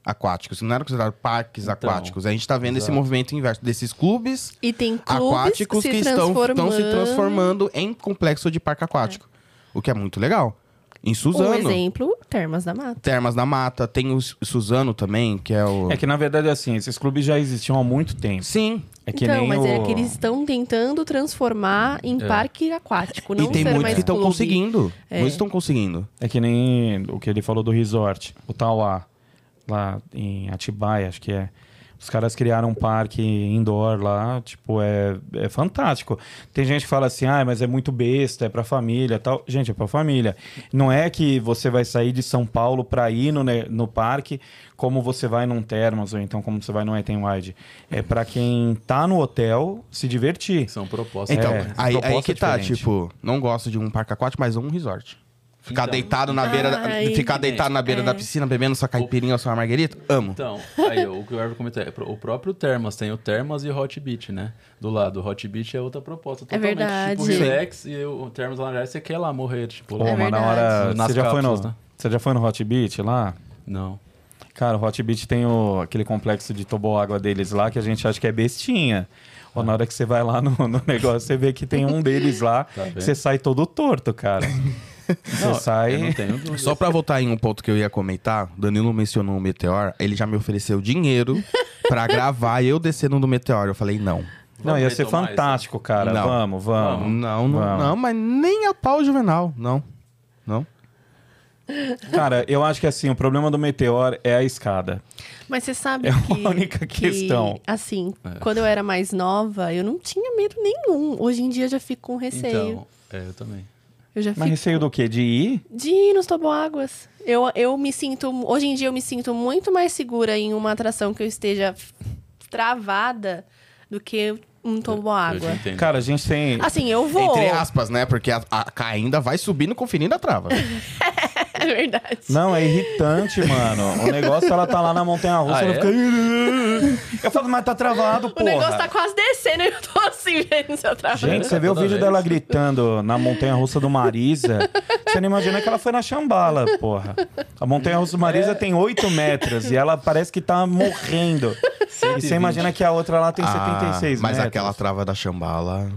aquáticos. Não era considerado parques
Então,
aquáticos. A gente está vendo esse
exato.
movimento inverso desses clubes
E tem clubes
aquáticos
se
que estão, estão se
transformando.
transformando em complexo de parque aquático. O que é muito legal. Em
Um
Suzano,
exemplo, Termas da Mata.
Termas da Mata, tem o Su- Suzano também, que é o...
É que, na verdade, assim, esses clubes já existiam há muito tempo.
Sim,
É que
então,
nem
mas
o...
é que eles estão tentando transformar em parque aquático. Não
e tem
ser
muitos
mais
que estão
clube.
conseguindo. Muitos estão conseguindo.
É que nem o que ele falou do resort, o Tauá, lá em Atibaia, acho que é. Os caras criaram um parque indoor lá, tipo, é, é fantástico. Tem gente que fala assim, ah, mas é muito besta, é pra família e tal. Gente, é pra família. Não é que você vai sair de São Paulo pra ir no, ne- no parque como você vai num Termas ou então como você vai num Etten Wide. É pra quem tá no hotel se divertir.
São propostas.
Então,
né?
aí, aí
proposta
que tá,
diferente.
tipo, não gosto de um parque aquático, mas um resort. Ficar
Então.
deitado na beira, da,
Ai.
ficar deitado na
É.
beira da piscina, bebendo sua caipirinha ou sua marguerita, amo.
Então, aí, o que o Everton comentou é pro- o próprio Termas, tem o Termas e o Hot Beach, né? Do lado, o Hot Beach é outra proposta totalmente.
verdade.
Tipo, relax e o Termas lá na verdade, você quer lá morrer, tipo,
Pô,
lá.
É
mas na
verdade.
hora.
Nas
Você já, foi
cápsulas,
no,
né?
você já foi no Hot Beach lá?
Não.
Cara, o Hot Beach tem o- aquele complexo de toboágua deles lá que a gente acha que é bestinha. Ó, na hora que você vai lá no, no negócio, você vê que tem um deles lá,
Tá vendo?
que você sai todo torto, cara. Você
Não, Eu não
sai.
tenho dúvida.
Só pra voltar em um ponto que eu ia comentar, Danilo mencionou o Meteor, ele já me ofereceu dinheiro pra gravar eu descendo do Meteor. Eu falei, não.
Não,
Vamos
ia ser
retomar
fantástico, cara.
Não.
Vamos, vamos.
Não, não,
Vamos.
não, mas nem a pau juvenal, não. Não.
Cara, eu acho que assim, o problema do meteor é a escada.
Mas você sabe
É a
que...
única
que,
questão.
Assim, quando eu era mais nova, eu não tinha medo nenhum. Hoje em dia eu já fico com
isso.
receio.
Então, é, eu também.
eu já
Mas
fico
receio do quê? De ir?
de ir nos toboáguas. Eu, eu me sinto... Hoje em dia eu me sinto muito mais segura em uma atração que eu esteja f- travada do que um
Eu te
toboágua.
entendo.
Cara, a gente tem.
Assim, eu vou.
Entre aspas, né? Porque a, a ainda vai subindo com o fininho da trava.
É verdade.
Não, é irritante, mano. O negócio, ela tá lá na montanha russa,
Ah,
ela
é?
fica. Eu falo, mas tá travado,
O
porra.
negócio tá quase descendo e eu tô assim vendo se eu trabalho.
Gente, você vê o
Toda
vídeo
vez.
dela gritando na montanha russa do Marisa. Você não imagina que ela foi na Xambala, porra. A montanha russa do Marisa tem 8 metros e ela parece que tá morrendo. E você imagina que a outra lá tem
Ah,
76
mas
metros.
aquela trava da Xambala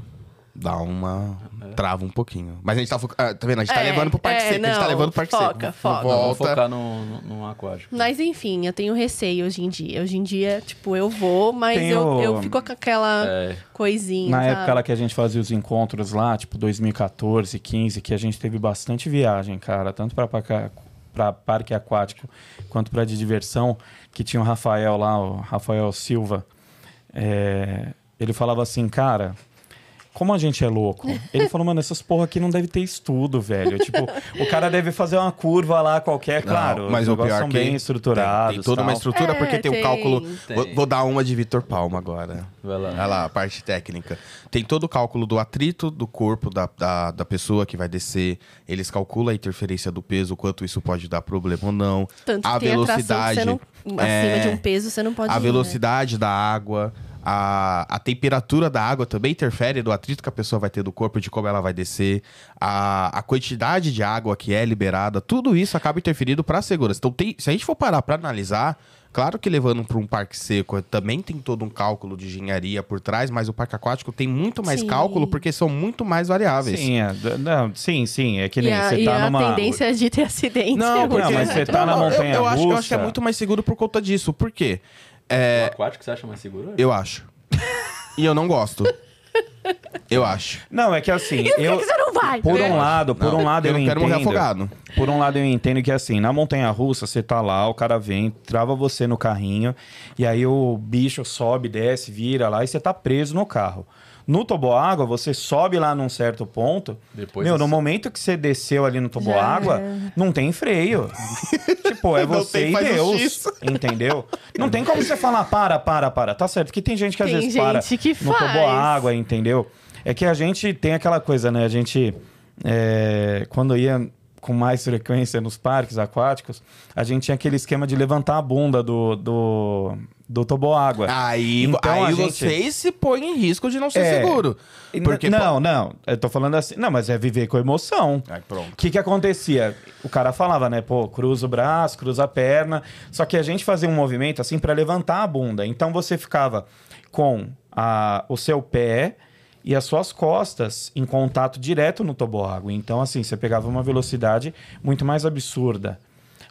Dá uma.
É.
Trava um pouquinho. Mas a gente tá, foca- ah, tá vendo? A gente tá
É,
levando pro parque
é,
seco. A gente tá
não,
levando pro parque
foca,
seco.
foca.
Não, vamos
Volta.
focar no, no, no aquático.
Mas enfim, eu tenho receio hoje em dia. Hoje em dia, tipo, eu vou, mas
Tem
eu,
o-
eu fico com aquela
É.
coisinha.
Na
sabe?
época lá que a gente fazia os encontros lá, tipo 2014, 15, que a gente teve bastante viagem, cara, tanto pra paca- pra parque aquático quanto pra de diversão, que tinha o Rafael lá, o Rafael Silva. É, ele falava assim, cara, como a gente é louco. Ele falou, mano, essas porra aqui não deve ter estudo, velho. tipo, o cara deve fazer uma curva lá qualquer,
Não,
claro. os
mas o
negócios
pior é
são
que
bem estruturados.
Tem, tem toda
tal.
uma estrutura,
É,
porque tem,
tem,
o cálculo.
tem.
Vou, vou dar uma de Vitor Palma agora.
Vai lá.
Olha lá, a parte técnica. Tem todo o cálculo do atrito do corpo da, da, da pessoa que vai descer. Eles calculam a interferência do peso, quanto isso pode dar problema ou não.
Tanto
a
que tem
velocidade.
atração que você não,
é,
acima de um peso, você não pode ir,
a
né?
velocidade da água, a, a temperatura da água também interfere do atrito que a pessoa vai ter do corpo, de como ela vai descer, a, a quantidade de água que é liberada, tudo isso acaba interferindo para a segurança. Então, tem- se a gente for parar para analisar, claro que levando para um parque seco eh, também tem todo um cálculo de engenharia por trás, mas o parque aquático tem muito mais
Sim.
cálculo porque são muito mais variáveis.
Sim, é, d- não, sim, sim. É que
E
nem
a,
você
e
tá
a
numa.
tendência de ter acidente. é muito
porque- Não, mas
grande.
você tá na
eu-
montanha
eu, acho, eu acho que é
russa.
muito mais seguro por conta disso. Por quê? É,
O aquático você acha mais seguro?
Eu acho. E eu não gosto. Eu acho.
Não, é que assim,
Por
eu
que que você não vai?
por um
É.
lado, por
Não,
um lado
eu
eu,
não
entendo.
quero morrer afogado.
Por um lado eu entendo que assim, na montanha russa você tá lá, o cara vem, trava você no carrinho e aí o bicho sobe, desce, vira lá e você tá preso no carro. No toboágua, você sobe lá num certo ponto.
Depois
meu,
você-
no momento que você desceu ali no toboágua,
Já era.
não tem freio. tipo, é
Não
você
tem,
e
faz um
Deus.
X.
entendeu? Não tem como você falar, para, para, para. Tá certo que tem gente que às
Tem
vezes para
gente que
no
faz.
toboágua, água, entendeu? É que a gente tem aquela coisa, né? A gente, é, quando ia com mais frequência nos parques aquáticos, a gente tinha aquele esquema de levantar a bunda do, do, do toboágua.
Aí,
Então, a
aí
gente-
vocês se põem em risco de não ser
É.
seguro.
E n-
Porque,
não, não, eu tô falando assim. Não, mas é viver com emoção.
Ai,
O
pronto.
que, que acontecia? O cara falava, né? Pô, cruza o braço, cruza a perna. Só que a gente fazia um movimento assim para levantar a bunda. Então você ficava com a- o seu pé e as suas costas em contato direto no toboágua. Então, assim, você pegava uma velocidade muito mais absurda.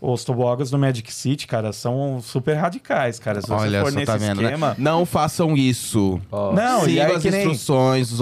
Os toboáguas do Magic City, cara, são super radicais, cara. Se você
Olha
for
só,
nesse
tá vendo, né?
esquema.
Não façam isso.
Ó,
Não, e aí
Sigam as
que nem-
instruções dos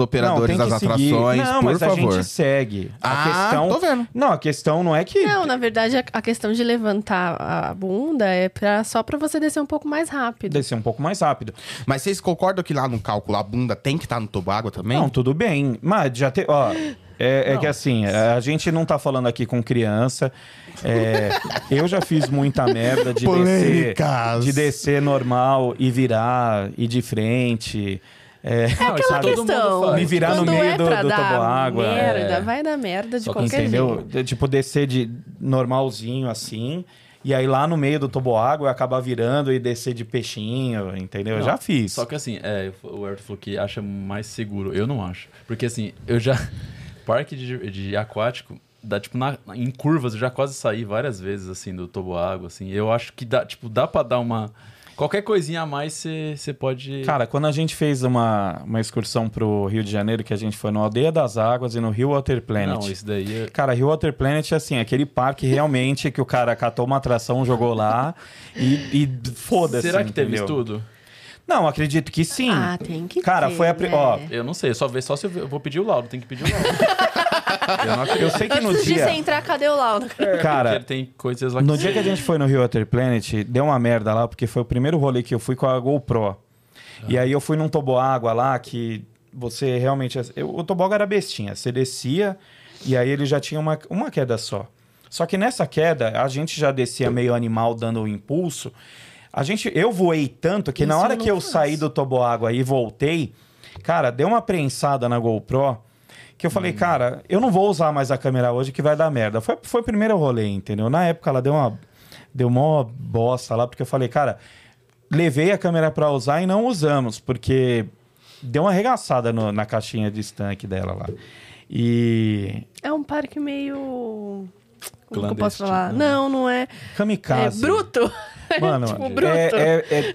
Não, tem
operadores das
que seguir.
atrações,
Não,
por
mas
favor.
a gente segue. A
Ah,
questão...
tô vendo.
Não, a questão não é que...
Não, na verdade, a, a questão de levantar a bunda é pra, só pra você descer um pouco mais rápido.
Descer um pouco mais rápido.
Mas vocês concordam que lá no cálculo a bunda tem que estar no tobago também?
Não, tudo bem. Mas já tem. Ó, é, é
Não.
que assim, a gente não tá falando aqui com criança. É, eu já fiz muita merda de descer,
Polêmicas.
de descer normal e virar e de frente. É,
isso
sabe?
todo mundo
Questão.
faz.
Me virar no
Quando
meio
é
do-
pra
do
dar
toboágua,
Merda,
é.
vai dar merda de
Só que
qualquer
Entendeu?
jeito.
De- tipo, descer de normalzinho assim. E aí lá no meio do toboágua eu acabar virando e descer de peixinho, entendeu? eu
Não,
já fiz.
Só que assim, é, o Herto falou que acha mais seguro. Eu não acho. Porque assim, eu já. Parque de, de aquático, dá tipo na- na- em curvas, eu já quase saí várias vezes assim do toboágua, assim. Eu acho que dá, tipo, dá pra dar uma. Qualquer coisinha a mais você pode.
Cara, quando a gente fez uma, uma excursão pro Rio de Janeiro, que a gente foi no Aldeia das Águas e no Rio Water Planet.
não, isso daí é.
Cara, Rio Water Planet é assim, aquele parque realmente que o cara catou uma atração, jogou lá e, e foda-se.
Será que teve
entendeu?
estudo?
Não, acredito que sim.
Ah, tem que
Cara,
ter,
foi a. pri-
né?
Ó,
Eu não sei, eu só ver só se eu, eu vou pedir o laudo, tem que pedir o laudo.
eu, não acredito. Eu sei que no
Antes de você
dia.
entrar, cadê o laudo?
Cara,
Porque tem coisas lá que
no dia que a gente foi no Rio Water Planet, deu uma merda lá, porque foi o primeiro rolê que eu fui com a GoPro. E
Ah.
aí eu fui num toboágua lá que você realmente. é, eu- o toboágua era bestinha. Você descia e aí ele já tinha uma, uma queda só. Só que nessa queda, a gente já descia meio animal dando o impulso. A gente, eu voei tanto que na
Isso
hora
eu não
que eu
faço.
saí do toboágua e voltei, cara, deu uma prensada na GoPro que eu falei, cara, eu não vou usar mais a câmera hoje que vai dar merda. Foi, foi o primeiro rolê, entendeu? Na época ela deu uma deu mó bosta lá, porque eu falei, cara, levei a câmera pra usar e não usamos, porque deu uma arregaçada no- na caixinha de estanque dela lá. E.
É um parque meio. Como que eu posso
Clandestino,
falar?
né?
Não, não é.
Kamikaze.
É bruto.
Mano,
tipo,
é-
bruto.
é- é-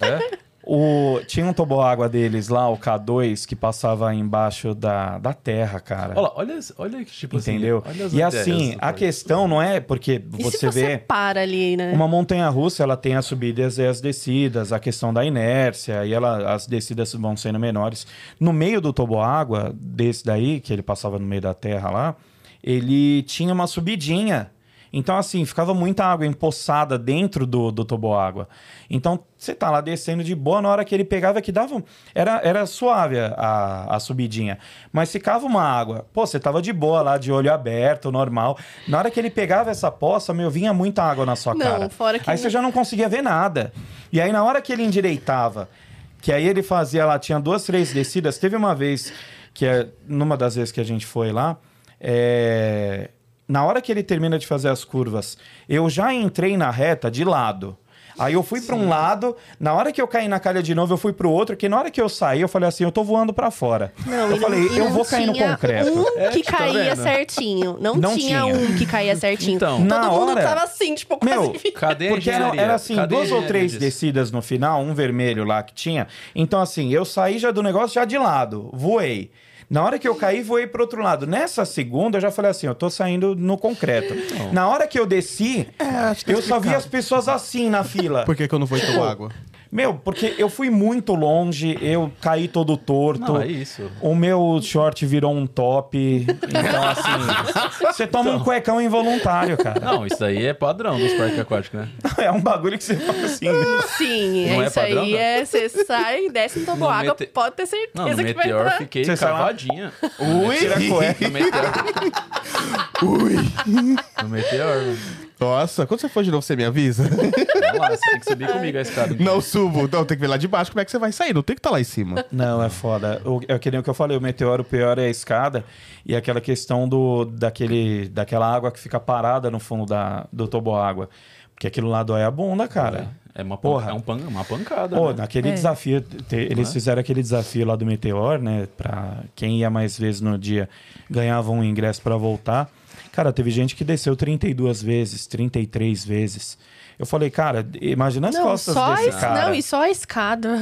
É?
O, tinha um toboágua deles lá, o K2, que passava embaixo da, da terra, cara.
Olha, lá, olha, esse- olha que tipo
entendeu?
assim. olha as
e
ideias
assim,
do
a
parque.
questão não é porque
E
você,
se você
vê
para ali, né?
uma montanha russa, ela tem as subidas e as descidas, a questão da inércia, e ela, as descidas vão sendo menores. No meio do toboágua, desse daí, que ele passava no meio da terra lá, ele tinha uma subidinha. Então, assim, ficava muita água empoçada dentro do, do toboágua. Então, você tá lá descendo de boa, na hora que ele pegava, que dava. um- Era, era suave a- a, a subidinha. Mas ficava uma água. Pô, você tava de boa lá, de olho aberto, normal. Na hora que ele pegava essa poça, meu, vinha muita água na sua
Não,
cara.
fora que
aí
não-
você já não conseguia ver nada. E aí, na hora que ele endireitava, que aí ele fazia lá, tinha duas, três descidas. Teve uma vez, que é numa das vezes que a gente foi lá, é, na hora que ele termina de fazer as curvas, eu já entrei na reta de lado. Aí eu fui para um lado, na hora que eu caí na calha de novo, eu fui para o outro, que na hora que eu saí, eu falei assim, eu tô voando para fora.
Não,
eu
e
falei,
não- e
eu
não
vou cair no
tinha
concreto. tipo,
Um
É,
que
tá
caía
vendo?
certinho. Não,
Não
tinha,
tinha.
um que caía certinho.
Então,
Todo
na
mundo
hora-
tava assim, tipo, quase
Meu,
vindo.
Cadê a
Porque era,
engenharia?
era assim,
Cadê a
duas ou
engenharia
três
disso?
descidas no final, um vermelho lá que tinha. Então, assim, eu saí já do negócio já de lado, voei. Na hora que eu caí, voei pro outro lado. Nessa segunda, eu já falei assim, eu tô saindo no concreto. Na hora que eu desci,
acho que tá
eu só vi as pessoas assim na fila.
Por que, que eu não vou
Tipo,
tomar água?
Meu, porque eu fui muito longe, eu caí todo torto.
Não, é isso.
O meu short virou um top. Então, assim, você toma um cuecão involuntário, cara.
Não, isso daí é padrão dos parques aquáticos, né?
É um bagulho que você fala assim.
Sim,
Não
é
é
isso
padrão,
aí.
não?
É, você sai, desce e toma
No
água,
mete-
pode ter certeza
Não, no
que vai
Meteor
entrar.
fiquei
Você sai lá?
cavadinha.
Ui!
Tira a cueca.
No Meteor. No Meteor. mano.
Nossa, quando você for de novo, você me avisa?
Vamos lá, você tem que subir comigo a escada.
não subo. Não, tem que ver lá de baixo como é que você vai sair. Não tem que estar lá em cima.
Não, é foda. O- É que nem o que eu falei, o meteoro o pior é a escada e aquela questão do, daquele, daquela água que fica parada no fundo da, do toboágua. Porque aquilo lá dói a bunda, cara.
É uma, pan-
Porra.
é um pan- uma pancada.
Pô,
né?
naquele
É.
desafio, te- eles fizeram aquele desafio lá do Meteor, né? Pra quem ia mais vezes no dia ganhava um ingresso pra voltar. Cara, teve gente que desceu 32 vezes, 33 vezes. Eu falei, cara, imagina as
Não,
costas
só
desse
es-
cara.
não, e só a escada.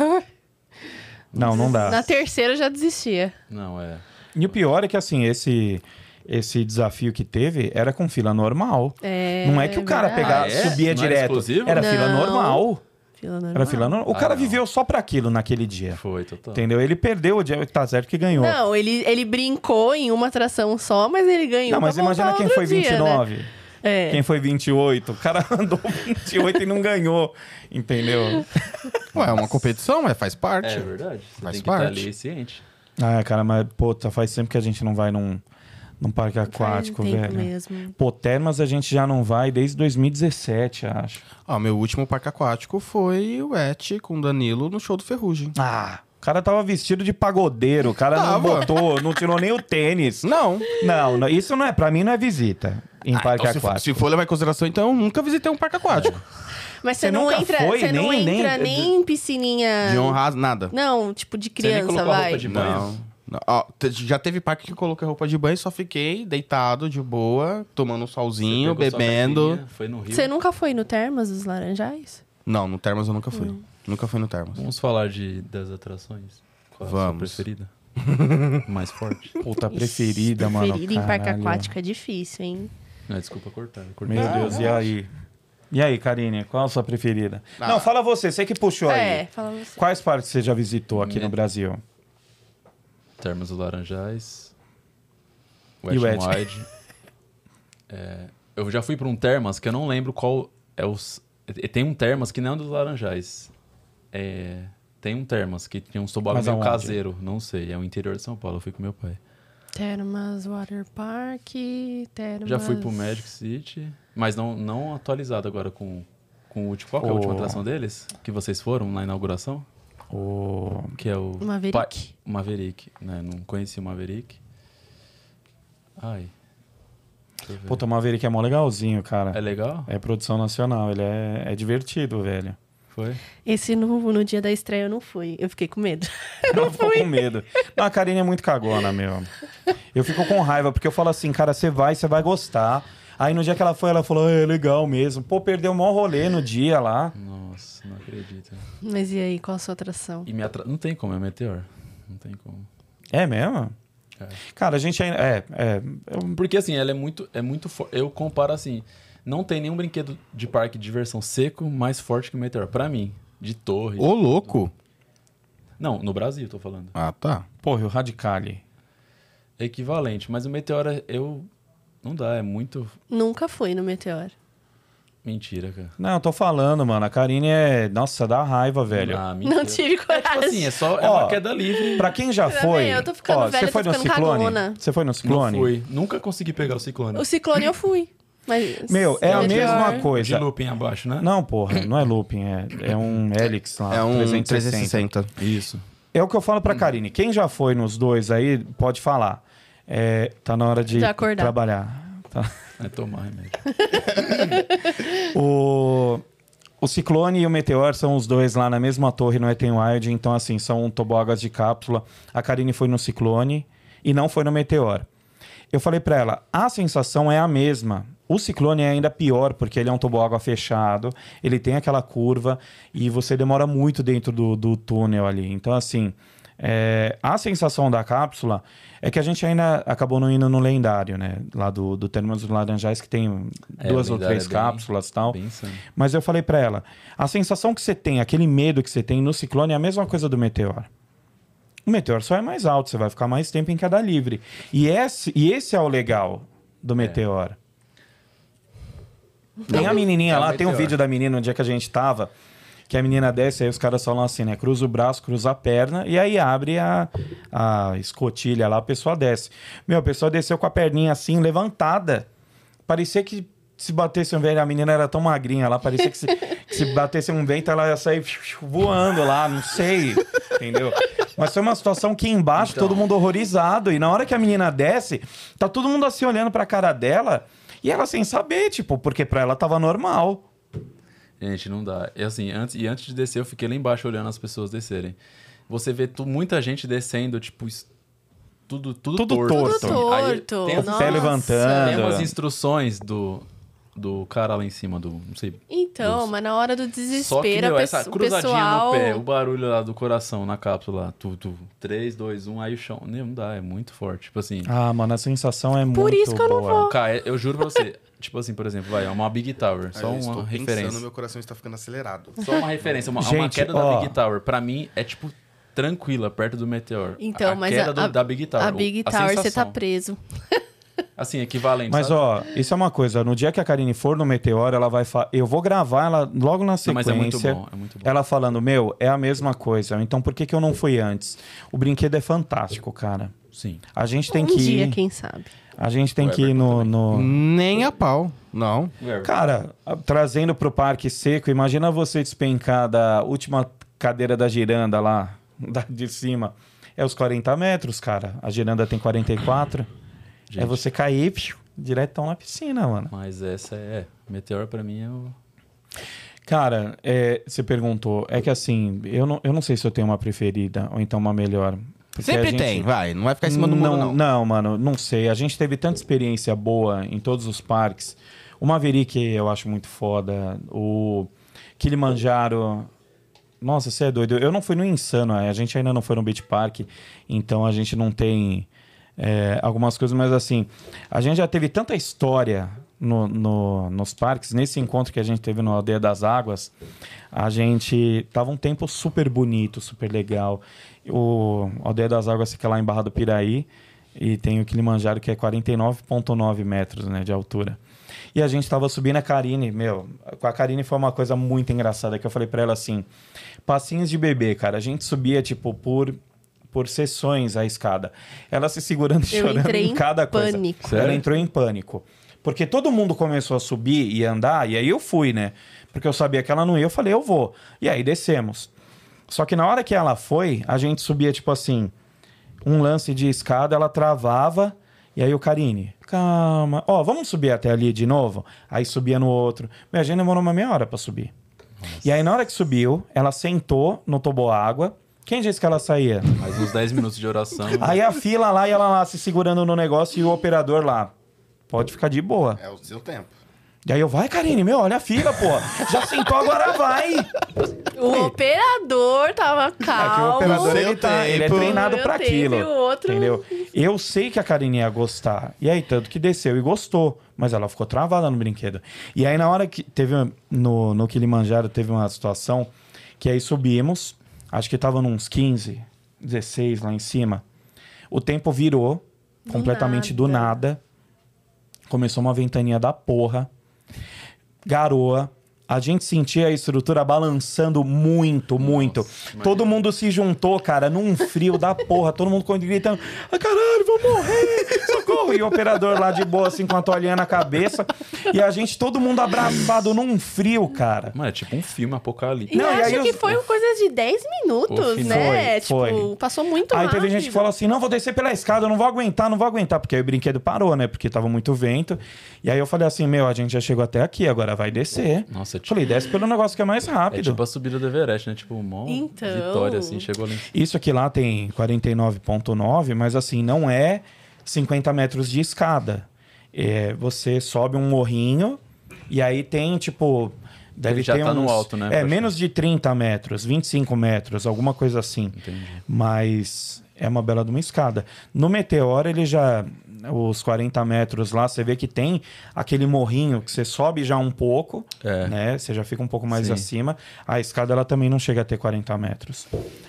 não, não dá.
Na terceira eu já desistia.
Não, é.
E o pior é que, assim, esse, esse desafio que teve era com fila normal.
É,
não é que o cara
verdade.
pegava,
Ah, é?
subia
Não era
direto.
exclusivo?
Era fila
Não.
normal.
Fila normal.
Era fila normal. O
Ah,
cara
não.
viveu só pra aquilo naquele dia.
Foi, total.
Entendeu? Ele perdeu o dia. Tá certo que ganhou.
Não, ele, ele brincou em uma atração só, mas ele ganhou.
Não, mas
pra voltar
imagina quem
outro
foi
dia, né?
29.
É.
Quem foi 28. O cara andou 28 e não ganhou. Entendeu?
Ué, é uma competição, é, faz parte.
É verdade. Você
Faz
tem que
parte.
estar ali ciente.
Ah, cara, mas, puta, faz tempo que a gente não vai num, num parque aquático,
Faz um tempo
velho.
mesmo.
Pô, Termas a gente já não vai desde 2017, acho.
Ah, meu último parque aquático foi o Et com o Danilo no show do Ferrugem.
Ah, o cara tava vestido de pagodeiro, o cara não
Tava.
botou, não tirou nem o tênis.
Não.
Não, não, isso não é, pra mim não é visita em
Ah,
parque
então se, for,
aquático.
se for levar em consideração, então eu nunca visitei um parque aquático.
Mas você
Você
não
nunca
entra,
foi,
você não
nem- nem-
entra nem em piscininha.
De honrar, nada.
Não, tipo de
Você nem
criança,
colocou a
vai.
roupa de banho?
Não. Não. Ó, te- já teve parque que eu coloquei roupa de banho e só fiquei deitado, de boa, tomando um solzinho,
Pegou sua
bebendo.
caipirinha, Foi no Rio.
Você nunca foi no Termas dos Laranjais?
Não, no Termas eu nunca fui. Nunca fui no Termas.
Vamos falar de, das atrações. Qual é a sua
Vamos.
preferida? Mais forte.
Puta preferida,
Ixi,
mano.
Preferida em parque
caralho.
aquático é difícil, hein?
Não, desculpa cortar. eu cortei.
Meu Deus, e aí? E aí, Karine, qual a sua preferida?
Ah.
Não, fala você, você que puxou
é,
aí.
fala você.
Quais parques você já visitou aqui
Hum.
Minha-
no Brasil?
Termas do Laranjais. Wet
E o
n
Ed?
Wide. É, eu já fui pra um Termas que eu não lembro qual é os. e- Tem um Termas que não é um dos Laranjais. É, tem um Termas que tinha um sobago
Mas
meio
aonde?
caseiro. Não sei. É o interior de São Paulo. Eu fui com meu pai.
Termas Water Park, Termas...
Já fui pro Magic City. Mas não, não atualizado agora com, com o. Tipo, qual que é a
O-
última atração deles? Que vocês foram na inauguração?
O...
Que é o.
Maverick.
o Maverick, né? Não conheci o Maverick. Ai. Deixa eu ver.
Puta, Maverick é mó legalzinho,
É
cara.
legal?
É produção nacional, ele é, é divertido, velho.
Foi?
Esse no, no dia da estreia eu não fui, eu fiquei com medo.
Eu fico com medo. Não, a Karine é muito cagona, meu. Eu fico com raiva, porque eu falo assim, cara, você vai, você vai gostar. "Ah, Aí no dia que ela foi, ela falou, é legal mesmo. Pô, perdeu o maior rolê no dia lá.
Nossa. não. acredito.
Mas e aí, qual a sua atração?
E me atra... Não tem como, é meteor. Não tem como.
É mesmo?
É.
Cara, a gente ainda. É, é. eu-
Porque assim, ela é muito. É muito for... Eu comparo assim. Não tem nenhum brinquedo de parque de diversão seco mais forte que o Meteor. Pra mim. De torre.
Ô, louco!
Não, no Brasil, tô falando.
Ah, tá.
Porra, e o Radicali.
É equivalente. Mas o Meteor, é- eu. Não dá, é muito.
Nunca fui no Meteor.
Mentira, cara.
Não, eu tô falando, mano. A Karine é. Nossa, dá raiva, velho.
Ah, mentira.
Não tive
É
coragem.
tipo assim, é só. É
Ó,
uma queda livre.
Pra quem já
Tá
foi.
bem, eu tô ficando
ó,
velha,
você
eu tô
foi no
ficando
ciclone?
cagona.
Você foi no
Não
ciclone?
fui. Nunca consegui pegar o ciclone.
O Ciclone eu fui. Mas
Meu, é a
Meteor-
mesma
De
coisa.
looping abaixo, né?
Não, porra, não é looping, é, é um Helix
Ah,
lá.
É um
360.
360.
Isso.
É o que eu falo pra Karine. Quem já foi nos dois aí, pode falar. É, tá na hora de
De acordar.
trabalhar. Tá.
É tomar remédio.
O, o Ciclone e o Meteor são os dois lá na mesma torre no Eten Wild. Então, assim, são toboáguas de cápsula. A Karine foi no Ciclone e não foi no Meteor. Eu falei pra ela, a sensação é a mesma. O Ciclone é ainda pior, porque ele é um toboágua fechado, ele tem aquela curva e você demora muito dentro do, do túnel ali. Então, assim, é, a sensação da cápsula é que a gente ainda acabou não indo no lendário, né? Lá do, do Termas dos Laranjais, que tem
É,
duas
o
ou
lendário
três
é bem-
cápsulas e tal.
Bem insano.
Mas eu falei pra ela, a sensação que você tem, aquele medo que você tem no ciclone é a mesma coisa do meteor. O meteor só é mais alto, você vai ficar mais tempo em queda livre. E esse, e esse é o legal do
É.
meteor. Tem a menininha
é o
lá, tem um
Meteor.
vídeo da menina no dia que a gente tava, que a menina desce, aí os caras falam assim, né? Cruza o braço, cruza a perna, e aí abre a, a escotilha lá, a pessoa desce. Meu, a pessoa desceu com a perninha assim, levantada. Parecia que se batesse um vento, a menina era tão magrinha lá, parecia que se, que se batesse um vento, ela ia sair voando lá, não sei, entendeu? Mas foi uma situação que embaixo,
Então.
todo mundo horrorizado, e na hora que a menina desce, tá todo mundo assim olhando pra cara dela, e ela sem saber, tipo, porque pra ela tava normal.
Gente, não dá. É assim, antes, e antes de descer, eu fiquei lá embaixo olhando as pessoas descerem. Você vê tu- muita gente descendo, tipo, es- tudo, tudo,
Tudo
torto.
torto.
assim.
Tudo
Aí
torto,
Tem, as-
nossa.
Pé levantando.
tem umas instruções do, do cara lá em cima, do. Não sei.
Então,
Nossa.
mas na hora do
Só que,
desespero,
meu,
a
essa
pesso- o
cruzadinha
pessoal...
no pé, o barulho lá do coração na cápsula, tu, tu, 3, 2, 1, aí o chão. Não dá, é muito forte. Tipo assim.
Ah, mano, a sensação é muito
Por isso que eu não
boa.
vou.
Cara, eu juro pra você. tipo assim, por exemplo, vai, é uma Big Tower. Só
Eu estou
uma
pensando,
referência.
meu coração está ficando acelerado.
Só uma referência, uma, uma
Gente,
queda
ó.
da Big Tower, pra mim, é tipo tranquila, perto do Meteor.
Então,
a, a
mas
queda
a,
do-
a-
da Big Tower.
a Big
o-
Tower, você
sensação.
tá preso.
Assim, equivalente.
Mas,
sabe?
ó, isso é uma coisa. No dia que a Karine for no Meteor, ela vai falar. Eu vou gravar ela logo na
Não,
sequência.
mas é muito bom, é muito bom.
Ela falando, meu, é a mesma coisa. Então por que, que eu não fui antes? O brinquedo é fantástico, cara.
Sim.
A gente tem
um
que
dia,
ir.
quem sabe.
A gente tem
O
que ir no. no...
Nem a pau. Não.
Cara, a- trazendo pro parque seco, imagina você despencar da última cadeira da giranda lá, da, de cima. É os 40 metros, cara. A giranda tem 44.
Gente.
É você cair, piu, diretão na piscina, mano.
Mas essa é. Meteor pra mim é o.
Cara, é, você perguntou. É que assim, eu não, eu não sei se eu tenho uma preferida ou então uma melhor. Porque a
Sempre
gente-
tem, vai. Não vai ficar em cima do muro, não.
mano, não sei. A gente teve tanta experiência boa em todos os parques. O Maverick eu acho muito foda. O Kilimanjaro. Nossa, você é doido. Eu não fui no Insano, a gente ainda não foi no Beach Park, então a gente não tem é, algumas coisas, mas assim, a gente já teve tanta história no- no- nos parques. Nesse encontro que a gente teve no Aldeia das Águas, a gente tava um tempo super bonito, super legal. O Aldeia das Águas fica lá em Barra do Piraí e tem o Kilimanjaro que é 49,9 metros né, de altura. E a gente tava subindo a Karine, meu, com a Karine foi uma coisa muito engraçada que eu falei pra ela assim: passinhos de bebê, cara. A gente subia tipo por por sessões a escada. Ela se segurando e
Eu
chorando
entrei
em
em
cada coisa.
pânico.
Sério?
Ela entrou em pânico. Porque todo mundo começou a subir e andar, e aí eu fui, né? Porque eu sabia que ela não ia, eu falei, eu vou. E aí descemos. Só que na hora que ela foi, a gente subia, tipo assim, um lance de escada, ela travava, e aí o Karine, calma, ó, vamos subir até ali de novo? Aí subia no outro. Minha gente demorou uma meia hora pra subir. E aí na hora que subiu, ela sentou no toboágua. Quem disse que ela saía?
Mais uns 10 minutos de oração.
Aí a fila lá e ela lá se segurando no negócio e o operador lá. Pode ficar de boa.
É o seu tempo.
E aí eu, vai, Karine, meu, olha a fila, pô. Já sentou, agora vai.
O operador tava
É que o
calmo.
operador ele,
Seu
tá, ele é
tempo.
treinado
Meu
pra
tempo
aquilo.
e o outro-
Entendeu? Eu sei que a Karine ia gostar. E aí, tanto que desceu e gostou. Mas ela ficou travada no brinquedo. E aí, na hora que teve. um- No, no Kilimanjaro, teve uma situação que aí subimos. Acho que tava uns 15, 16 lá em cima. O tempo virou completamente do nada. Começou uma ventania da porra. Garoa. A gente sentia a estrutura balançando muito, muito. todo mundo se juntou, cara, num frio da porra. Todo mundo gritando: ah, caralho, vou morrer, socorro. E o operador lá de boa, assim, com a toalhinha na cabeça. E a gente, todo mundo abraçado num frio, cara.
Mano, é tipo um filme
E
apocalipse.
Não, e
eu acho
aí
que
os-
foi coisa de 10 minutos,
Foi,
né?
foi.
Tipo, passou muito
Aí
rápido.
teve gente que falou assim: não, vou descer pela escada, eu não vou aguentar, não vou aguentar, porque aí o brinquedo parou, né? Porque tava muito vento. E aí eu falei assim: meu, a gente já chegou até aqui, agora vai descer.
Nossa, é tipo,
Falei, desce pelo negócio que é mais
é
rápido.
tipo a subida do Everest, né? Tipo, mó
Então.
vitória, assim, chegou ali.
Isso aqui lá tem 49,9, mas assim, não é 50 metros de escada. É, você sobe um morrinho e aí tem, tipo. Deve
Ele já
ter
tá
uns,
no alto, né,
É,
pra
menos de 30 metros, 25 metros, alguma coisa assim.
Entendi.
Mas é uma bela de uma escada. No Meteoro, ele já. Os 40 metros lá, você vê que tem aquele morrinho que você sobe já um pouco,
É.
né? Você já fica um pouco mais
Sim.
acima. A escada, ela também não chega a ter 40 metros.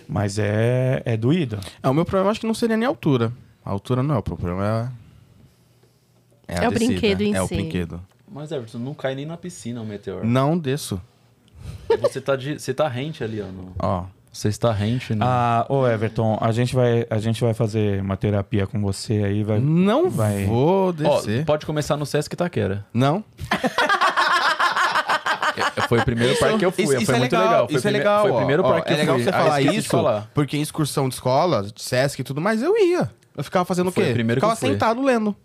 Mas é, é doído.
É, o meu problema acho que não seria nem a altura. A altura não é o problema, é... a
É o
descida,
brinquedo em
É o
si.
brinquedo.
Mas, Everton, não cai nem na piscina o
Hum.
meteoro.
Não desço.
Você tá, de- você tá rente ali, ó. no-
Ó,
Você está rente, né?
Ah, ô Everton, a gente, vai, a gente vai fazer uma terapia com você aí. Vai...
Hum.
não
Vai.
vou
Ó,
descer.
pode começar no Sesc Itaquera.
Não.
É, Foi o primeiro parque que eu fui. foi muito legal. Foi
Isso é
o prime-
legal.
Foi o
ó.
primeiro
Ó,
parque
É
que eu
legal
fui.
você
Ah,
falar
esqueci de
isso,
falar.
porque em excursão de escola, de Sesc e tudo mais, eu ia. Eu ficava fazendo
Foi
o
o
quê?
primeiro que
ficava
eu fui.
sentado lendo.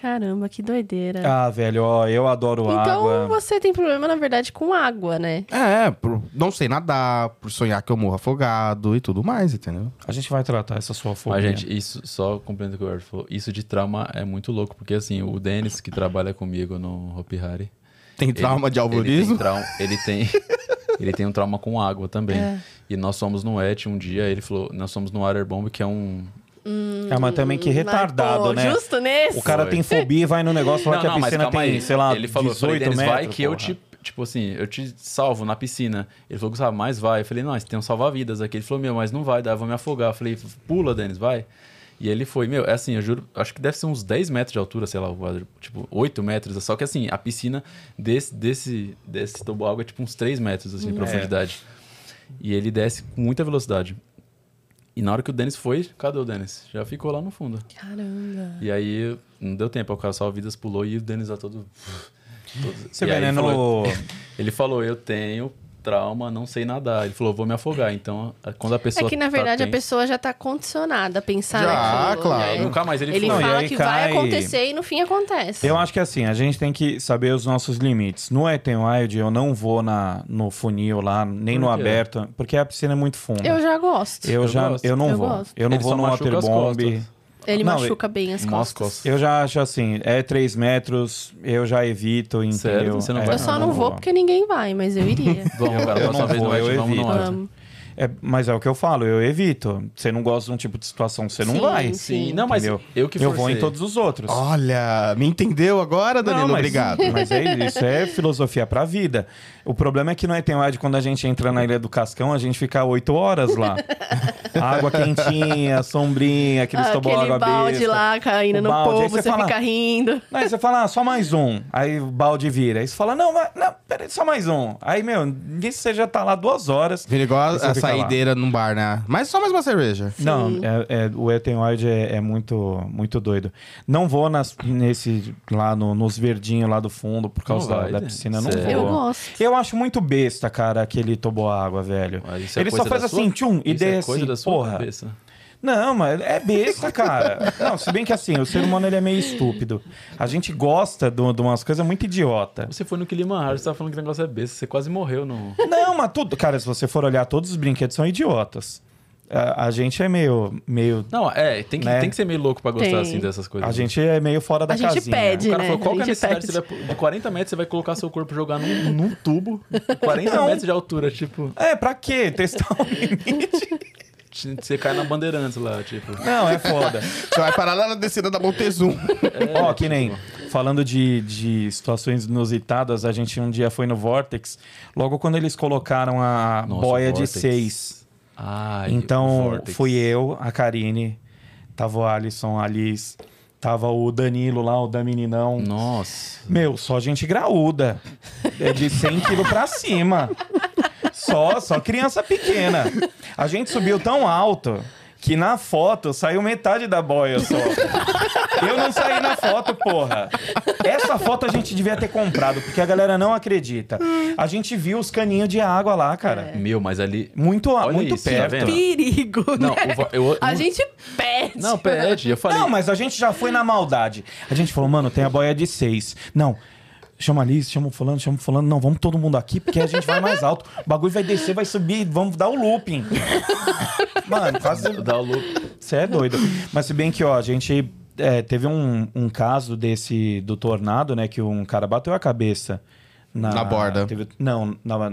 Caramba, que doideira.
Ah, velho, ó, eu adoro
então
água.
você tem problema, na verdade, com água, né?
É, por não sei nadar, por sonhar que eu morro afogado e tudo mais, entendeu?
A gente vai tratar essa sua fobia.
Mas, gente, isso, só complementando o que o Eduardo falou, isso de trauma é muito louco, porque assim, o Denis, que trabalha comigo no Hopi Hari,
Tem trauma de alvorismo?
Ele tem, trau- ele, tem ele tem um trauma com água também. E nós fomos no ET um dia, ele falou, nós fomos no Arerbomb, que é um...
É, mas também que retardado,
Mas, pô,
né?
Hum, Justo nesse.
O cara
Foi.
tem fobia e vai no negócio lá que a piscina tem, sei lá,
ele falou, eu
18
falei, Denis,
metros.
vai que eu
porra.
te... Tipo assim, eu te salvo na piscina. Ele falou, Gustavo, mas vai. Eu falei, não, você tem um salva-vidas aqui. Ele falou, meu, mas não vai, dá, eu vou me afogar. Eu falei, pula, Denis, vai. E ele foi, meu, é assim, eu juro, acho que deve ser uns 10 metros de altura, sei lá, o quadro, tipo, 8 metros. Só que assim, a piscina desse, desse, desse toboágua é tipo uns 3 metros, assim, de profundidade. E ele desce com muita velocidade. E na hora que o Denis foi, cadê o Denis? Já ficou lá no fundo.
Caramba.
E aí, não deu tempo. O cara salva-vidas pulou e o Denis lá todo... todo-
Você
e
vê,
aí
né?
ele falou-
No...
Ele falou, eu tenho trauma, não sei nadar. Ele falou, vou me afogar. Então, a- quando a pessoa
É que, na
tá
verdade, a
tensa-
pessoa já tá condicionada a pensar
Já,
naquilo.
claro.
E aí,
né?
nunca mais ele,
Ele
Não,
foi.
e
fala
aí
que
cai-
vai acontecer e no fim acontece.
Eu acho que assim, a gente tem que saber os nossos limites. No Ethan Wild, eu não vou na, no funil lá, nem no
Por quê?
aberto, porque a piscina é muito funda.
Eu já gosto.
Eu
Eu
já
gosto.
eu não
Eu
vou.
gosto.
Eu não
Ele
vou
só
no
machuca as
waterbomb.
costas.
Ele
Não,
machuca bem as
Mó as
costas.
costas.
Eu já acho assim, é 3 metros, eu já evito, entendeu?
Sério? Você não
É,
vai?
Eu só não vou porque ninguém vai, mas eu iria.
Vamos, cara,
Eu
próxima
não
vez
vou,
não é
eu
vamos no
evito.
ar.
Vamos.
É, mas é o que eu falo, eu evito. Você não gosta de um tipo de situação, você não
Sim,
vai.
sim.
Sim, não, mas
entendeu?
eu que
Eu vou
forcei.
em todos os outros.
Olha, me entendeu agora, Danilo?
Não, mas-
Obrigado.
Mas é isso, é filosofia pra vida. O problema é que no Etenwide, quando a gente entra na Ilha do Cascão, a gente fica oito horas lá. Água quentinha, sombrinha, aqueles
Ah,
toboágua
Aquele balde
besta.
lá caindo
O
no
balde, aí
povo,
você
você,
fala-
fica rindo.
Não, Aí você fala, ah, só mais um. Aí o balde vira. Aí você fala, não, vai- não, peraí, só mais um. Aí, meu, nisso você já tá lá duas horas.
Vira igual
Aí você
a
fica lá.
saideira num bar, né? Mas só mais uma cerveja.
Não, é, é, o Etenwide é, é muito, muito doido. Não vou nas, nesse, lá no- nos verdinhos lá do fundo por causa
Não
da-
vai,
da,
né?
piscina. Não
Sério?
vou.
Eu
gosto.
Eu acho muito besta, cara, aquele toboágua, velho.
Ah, isso é
Ele só
coisa
faz
da
assim,
sua-
tchum, e
isso é
desce.
coisa da sua
porra.
cabeça.
Não, mas é besta, cara. Não, se bem que assim, o ser humano ele é meio estúpido. A gente gosta de de umas coisas muito idiota.
Você foi no Kilimanjaro, você tava falando que o negócio é besta. Você quase morreu no...
Não, mas tudo. Cara, se você for olhar, todos os brinquedos são idiotas. A, a gente é meio, meio.
Não, é, tem que,
Né?
tem que ser meio louco pra gostar
Tem.
assim dessas coisas.
A gente é meio fora da
A gente
casinha.
pede.
O cara
né?
falou, qual que é a
A gente
necessidade? Você vai, de 40 metros, você vai colocar seu corpo jogar num, num tubo, 40
Não.
metros de altura, tipo,
É, pra quê? Testar o limite?
t- você cai na Bandeirantes lá, tipo.
Não, é foda.
Você vai parar lá na descida da Montezuma.
Ó, que nem. Falando de, de situações inusitadas, a gente um dia foi no Vortex, logo quando eles colocaram a
Nossa,
boia
Vortex.
de seis.
Ai, o
Então,
Vortex.
fui eu, a Karine, tava o Alisson, a Liz, tava o Danilo lá, o da meninão.
Nossa.
Meu, só gente graúda. É de 100 quilos pra cima. Só, só criança pequena. A gente subiu tão alto que na foto saiu metade da boia só. Eu não saí na foto, porra. Essa foto a gente devia ter comprado, porque a galera não acredita. A gente viu os caninhos de água lá, cara.
É.
Meu, mas ali.
Muito,
É. Olha
muito
isso, tá
perto.
vendo?
Perigo,
Não,
né?
o Vo- eu-
A
não-
gente perde.
Não, pede, eu falei.
Não, mas a gente já foi na maldade. A gente falou, mano, tem a boia de seis. Não. Chama a Liz, chama o fulano, chama o fulano. Não, vamos todo mundo aqui, porque a gente vai mais alto. O bagulho vai descer, vai subir, vamos dar o looping. Mano, quase...
Dá o loop.
Você é doido. Mas se bem que, ó, a gente... é, teve um, um caso desse do tornado, né? Que um cara bateu a cabeça na...
Na borda.
teve- não, na-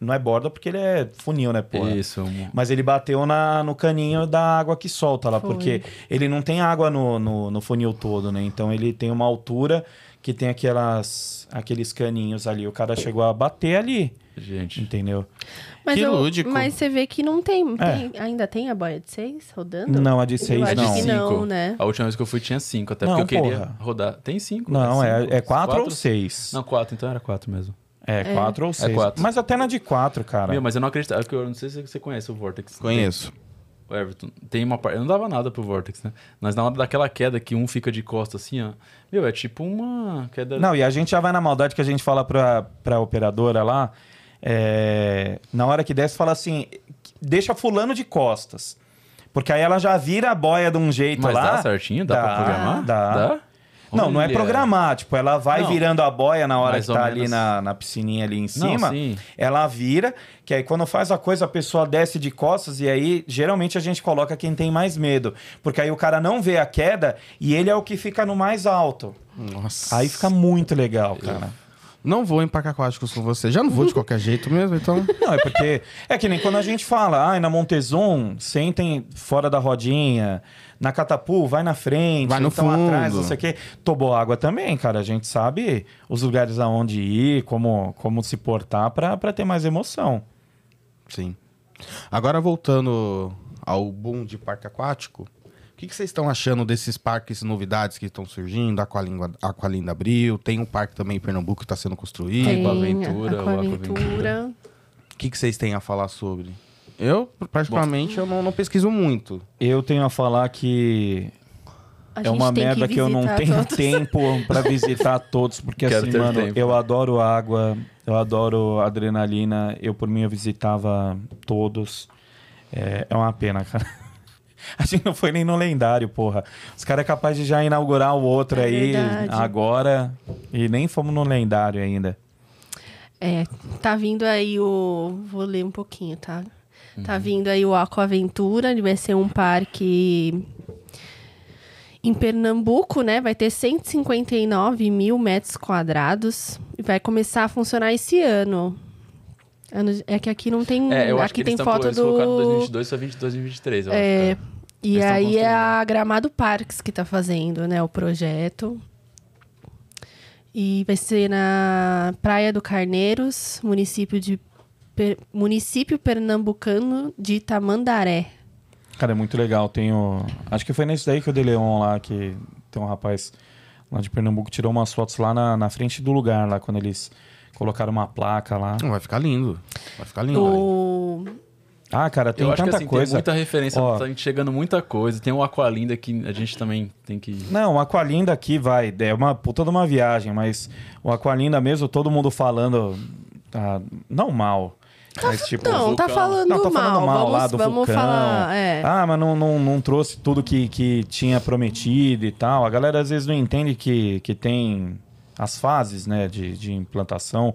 não é borda porque ele é funil, né, porra?
Isso, um amor.
Mas ele bateu na, no caninho da água que solta lá,
Foi.
porque ele não tem água no, no, no funil todo, né? Então ele tem uma altura que tem aquelas, aqueles caninhos ali. O cara chegou a bater ali,
Gente.
entendeu?
mas
que
eu-
lúdico.
Mas você vê que não tem. tem- ainda tem a boia de seis rodando?
Não, a de
Então, Eu
seis
acho
não.
que não, né?
A última vez que eu fui tinha cinco, até
Não,
porque eu queria
porra.
rodar. Tem cinco. né?
Não, é,
cinco.
é quatro, ou seis.
Não, quatro, então era quatro mesmo.
É quatro ou seis.
quatro.
Mas até na de quatro, cara.
Meu, mas eu não acreditava, porque eu não sei se você conhece o Vortex.
Conheço.
O Everton. Tem uma parte. Eu não dava nada pro Vortex, né? Mas na hora daquela queda que um fica de costa assim, ó. Meu, é tipo uma queda.
Não, e a gente já vai na maldade que a gente fala pra, pra operadora lá. é, na hora que desce, fala assim: deixa fulano de costas. Porque aí ela já vira a boia de um jeito
Mas
lá.
dá certinho? Dá, pra programar?
Dá. Não, não é
Olha.
programar. Tipo, ela vai
Não.
virando a boia na hora
Mais
que
ou
tá
menos.
ali na, na piscininha ali em
Não,
cima.
sim.
ela vira, que aí quando faz a coisa, a pessoa desce de costas e aí geralmente a gente coloca quem tem mais medo. Porque aí o cara não vê a queda e ele é o que fica no mais alto.
Nossa.
Aí fica muito legal, cara.
Não vou em parque aquáticos com você. Já não vou de qualquer jeito mesmo, então.
Não, é porque. É que nem quando a gente fala, ai, na Montezum, sentem fora da rodinha. Na Catapu, vai na frente,
Vai no
então
fundo.
atrás, não sei o quê. Tobou água também, cara. A gente sabe os lugares aonde ir, como, como se portar pra, pra ter mais emoção.
Sim. Agora voltando ao boom de parque aquático, o que, que vocês estão achando desses parques novidades que estão surgindo? Aqualinda, Aqualinda abriu, tem um parque também em Pernambuco que está sendo construído.
Tem,
Aquaventura, o
Aquaventura.
O que, que vocês têm a falar sobre? Eu, particularmente, eu não, não pesquiso muito.
Eu tenho a falar que
A
é
gente
uma
tem
merda que, eu não
visitar
tenho
todos.
tempo pra visitar todos, porque
Quero
assim,
ter
mano,
tempo.
eu adoro água, eu adoro adrenalina, eu por mim eu visitava todos. É, é uma pena, cara. A gente não foi nem no lendário, porra. Os caras é capaz de já inaugurar o outro
É
aí
verdade.
agora e nem fomos no lendário ainda.
É, tá vindo aí o. Vou ler um pouquinho, tá?
Uhum.
Tá vindo aí o Aquaventura, ele vai ser um parque em Pernambuco, né? Vai ter 159 mil metros quadrados e vai começar a funcionar esse ano. Ano de- É que aqui não tem.
É, eu
aqui
acho que
tem
eles, tão-
foto
eles colocaram
do.
2022 só 22, 2023, eu
É,
acho. cara.
E
Eles tão
aí é
construindo.
a Gramado Parques que tá fazendo, né, o projeto. E vai ser na Praia do Carneiros, município de per- município pernambucano de Tamandaré.
Cara, é muito legal. Tem o- Acho que foi nesse daí que o De Leon lá, que tem um rapaz lá de Pernambuco, tirou umas fotos lá na, na frente do lugar, lá quando eles colocaram uma placa lá.
Não, vai ficar lindo. Vai ficar lindo.
O
Ah, cara, tem
eu acho
tanta
que assim,
coisa.
tem muita referência,
Ó.
tá chegando muita coisa. Tem o Aqualinda que a gente também tem que.
Não, o Aqualinda aqui vai, é uma puta de uma viagem, mas o Aqualinda mesmo, todo mundo falando. ah, não mal. mas tipo.
não, tá
vulcão.
falando,
Não, tá
mal.
falando mal,
vamos
lá do
vamos
vulcão.
falar. É.
Ah, mas não, não, não trouxe tudo que, que tinha prometido e tal. A galera às vezes não entende que, que tem as fases né, de, de implantação.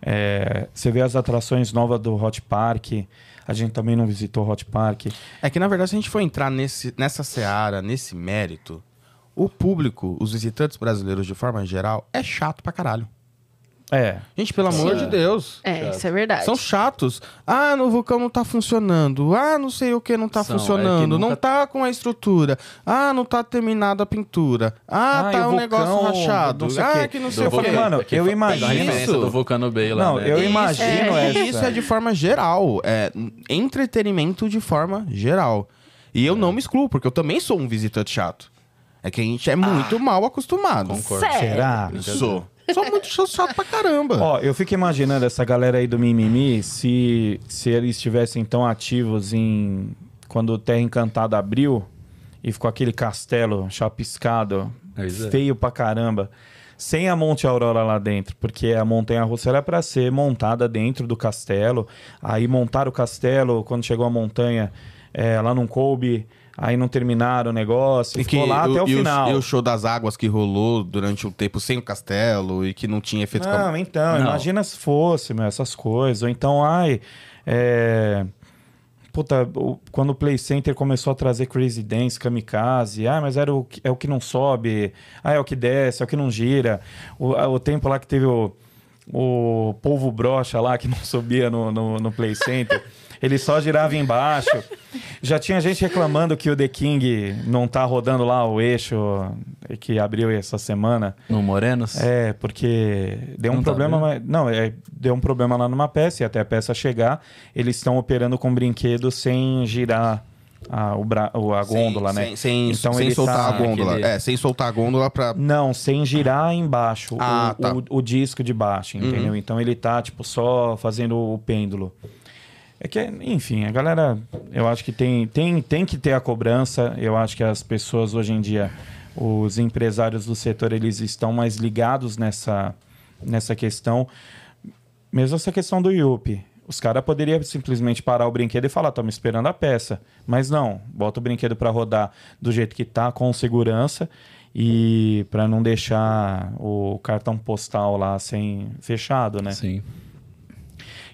É, você vê as atrações novas do Hot Park. A gente também não visitou o Hot Park.
É que, na verdade, se a gente for entrar nesse, nessa seara, nesse mérito, o público, os visitantes brasileiros de forma geral, é chato pra caralho.
É.
Gente, pelo amor
Sim.
de Deus.
É,
Chato.
isso é verdade.
São chatos. Ah, no vulcão não tá funcionando. Ah, não sei o que não tá
São, é que
funcionando. Não
nunca-
tá com a estrutura. Ah, não tá terminada a pintura. Ah,
Ah, e
tá
o
um negócio
vulcão,
rachado.
não sei o
ah,
quê.
que não
Do
sei o
vulcão.
que.
Falei, mano, eu
A
imagino-
referência do Vulcano Bay lá,
Não,
né?
eu imagino
é,
essa.
Isso é de forma geral. É entretenimento de forma geral. E
É.
eu não me excluo, porque eu também sou um visitante chato. É que a gente é
Ah,
muito mal acostumado.
Concordo.
Sério?
Será?
Sou. Sou muito chato pra caramba.
Ó, eu fico imaginando essa galera aí do mimimi se, se eles estivessem tão ativos em. Quando o Terra Encantada abriu e ficou aquele castelo chapiscado,
Pois é.
feio pra caramba. Sem a Monte Aurora lá dentro, porque a Montanha Russa era pra ser montada dentro do castelo. Aí montaram o castelo, quando chegou a montanha, é, lá não coube, aí não terminaram o negócio, e ficou lá
o-
até o
e
final.
E o show das águas que rolou durante o tempo sem o castelo e que não tinha efeito
Não, então,
Não.
imagina se fosse, meu, essas coisas. Ou então, ai. É... Puta, o- quando o Play Center começou a trazer Crazy Dance, Kamikaze, ah, mas era o, que- é o que não sobe, ah, é o que desce, é o que não gira. O, a- o tempo lá que teve o, o polvo brocha lá, que não subia no, no, no Play Center, ele só girava embaixo. Já tinha gente reclamando que o The King não tá rodando lá o eixo que abriu essa semana.
No Morenos?
É, porque deu um
Não tá
problema,
vendo?
mas- não, é, deu um problema lá numa peça e até a peça chegar, eles estão operando com brinquedo sem girar a, o bra- o- a gôndola, né?
Sem, sem,
Então
sem
ele
soltar É
tá-
a gôndola.
aquele-
É, sem soltar a gôndola pra.
Não, sem girar embaixo, o-
Ah,
o,
tá. Uhum.
o disco de baixo, entendeu? Então ele tá, tipo, só fazendo o pêndulo. É que, enfim, a galera, eu acho que tem, tem, tem que ter a cobrança. Eu acho que as pessoas hoje em dia, os empresários do setor, eles estão mais ligados nessa, nessa questão. Mesmo essa questão do Yuppie. Os caras poderiam simplesmente parar o brinquedo e falar, estamos esperando a peça. Mas não, bota o brinquedo para rodar do jeito que tá, com segurança, e para não deixar o cartão postal lá sem fechado, né?
Sim.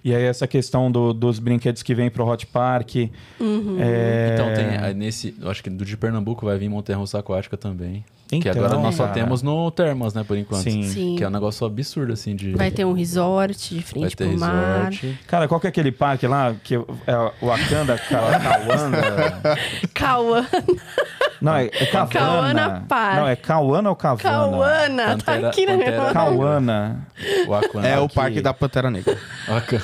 E aí essa questão do- dos brinquedos que vem pro Hot Park. é,
Então tem aí nesse, eu acho que do de Pernambuco vai vir Montanha Russa Aquática também. que
Então,
agora nós só
cara.
temos no Termas, né, por enquanto.
Sim.
Sim.
Que é um negócio absurdo assim de
Vai ter um tipo, resort de
vai
frente
ter
pro mar.
resort.
Cara, qual que é aquele parque lá que é o Wakanda, Ka- Kawanda?
Cauã.
Não, é, é Cavana.
Cauana Park.
Não, é Cauana ou Cavana?
Cauana, tá
Pantera-
aqui na minha
Pantera-
mão.
Cauana.
O Aquan-
É o
aqui.
parque da Pantera Negra.
Aquan-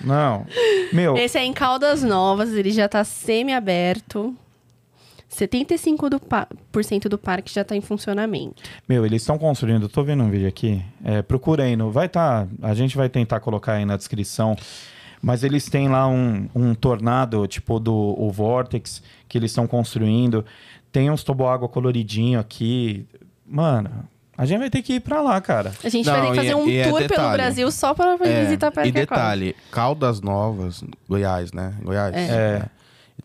Não. Meu,
Esse é em Caldas Novas, ele já tá semi-aberto. 75% do, pa- por cento do parque já tá em funcionamento.
Meu, eles estão construindo, eu tô vendo um vídeo aqui. É, procura aí no. Vai tá. A gente vai tentar colocar aí na descrição. Mas eles têm lá um, um tornado, tipo do o Vortex, que eles estão construindo. Tem uns toboágua coloridinho aqui. Mano, a gente vai ter que ir pra lá, cara.
A gente
Não,
vai ter que
e
fazer
é-
um
e é
tour pelo
detalhe.
Brasil só pra
É,
visitar
E
Parque Aquático.
detalhe, Caldas Novas, Goiás, né? Goiás. É.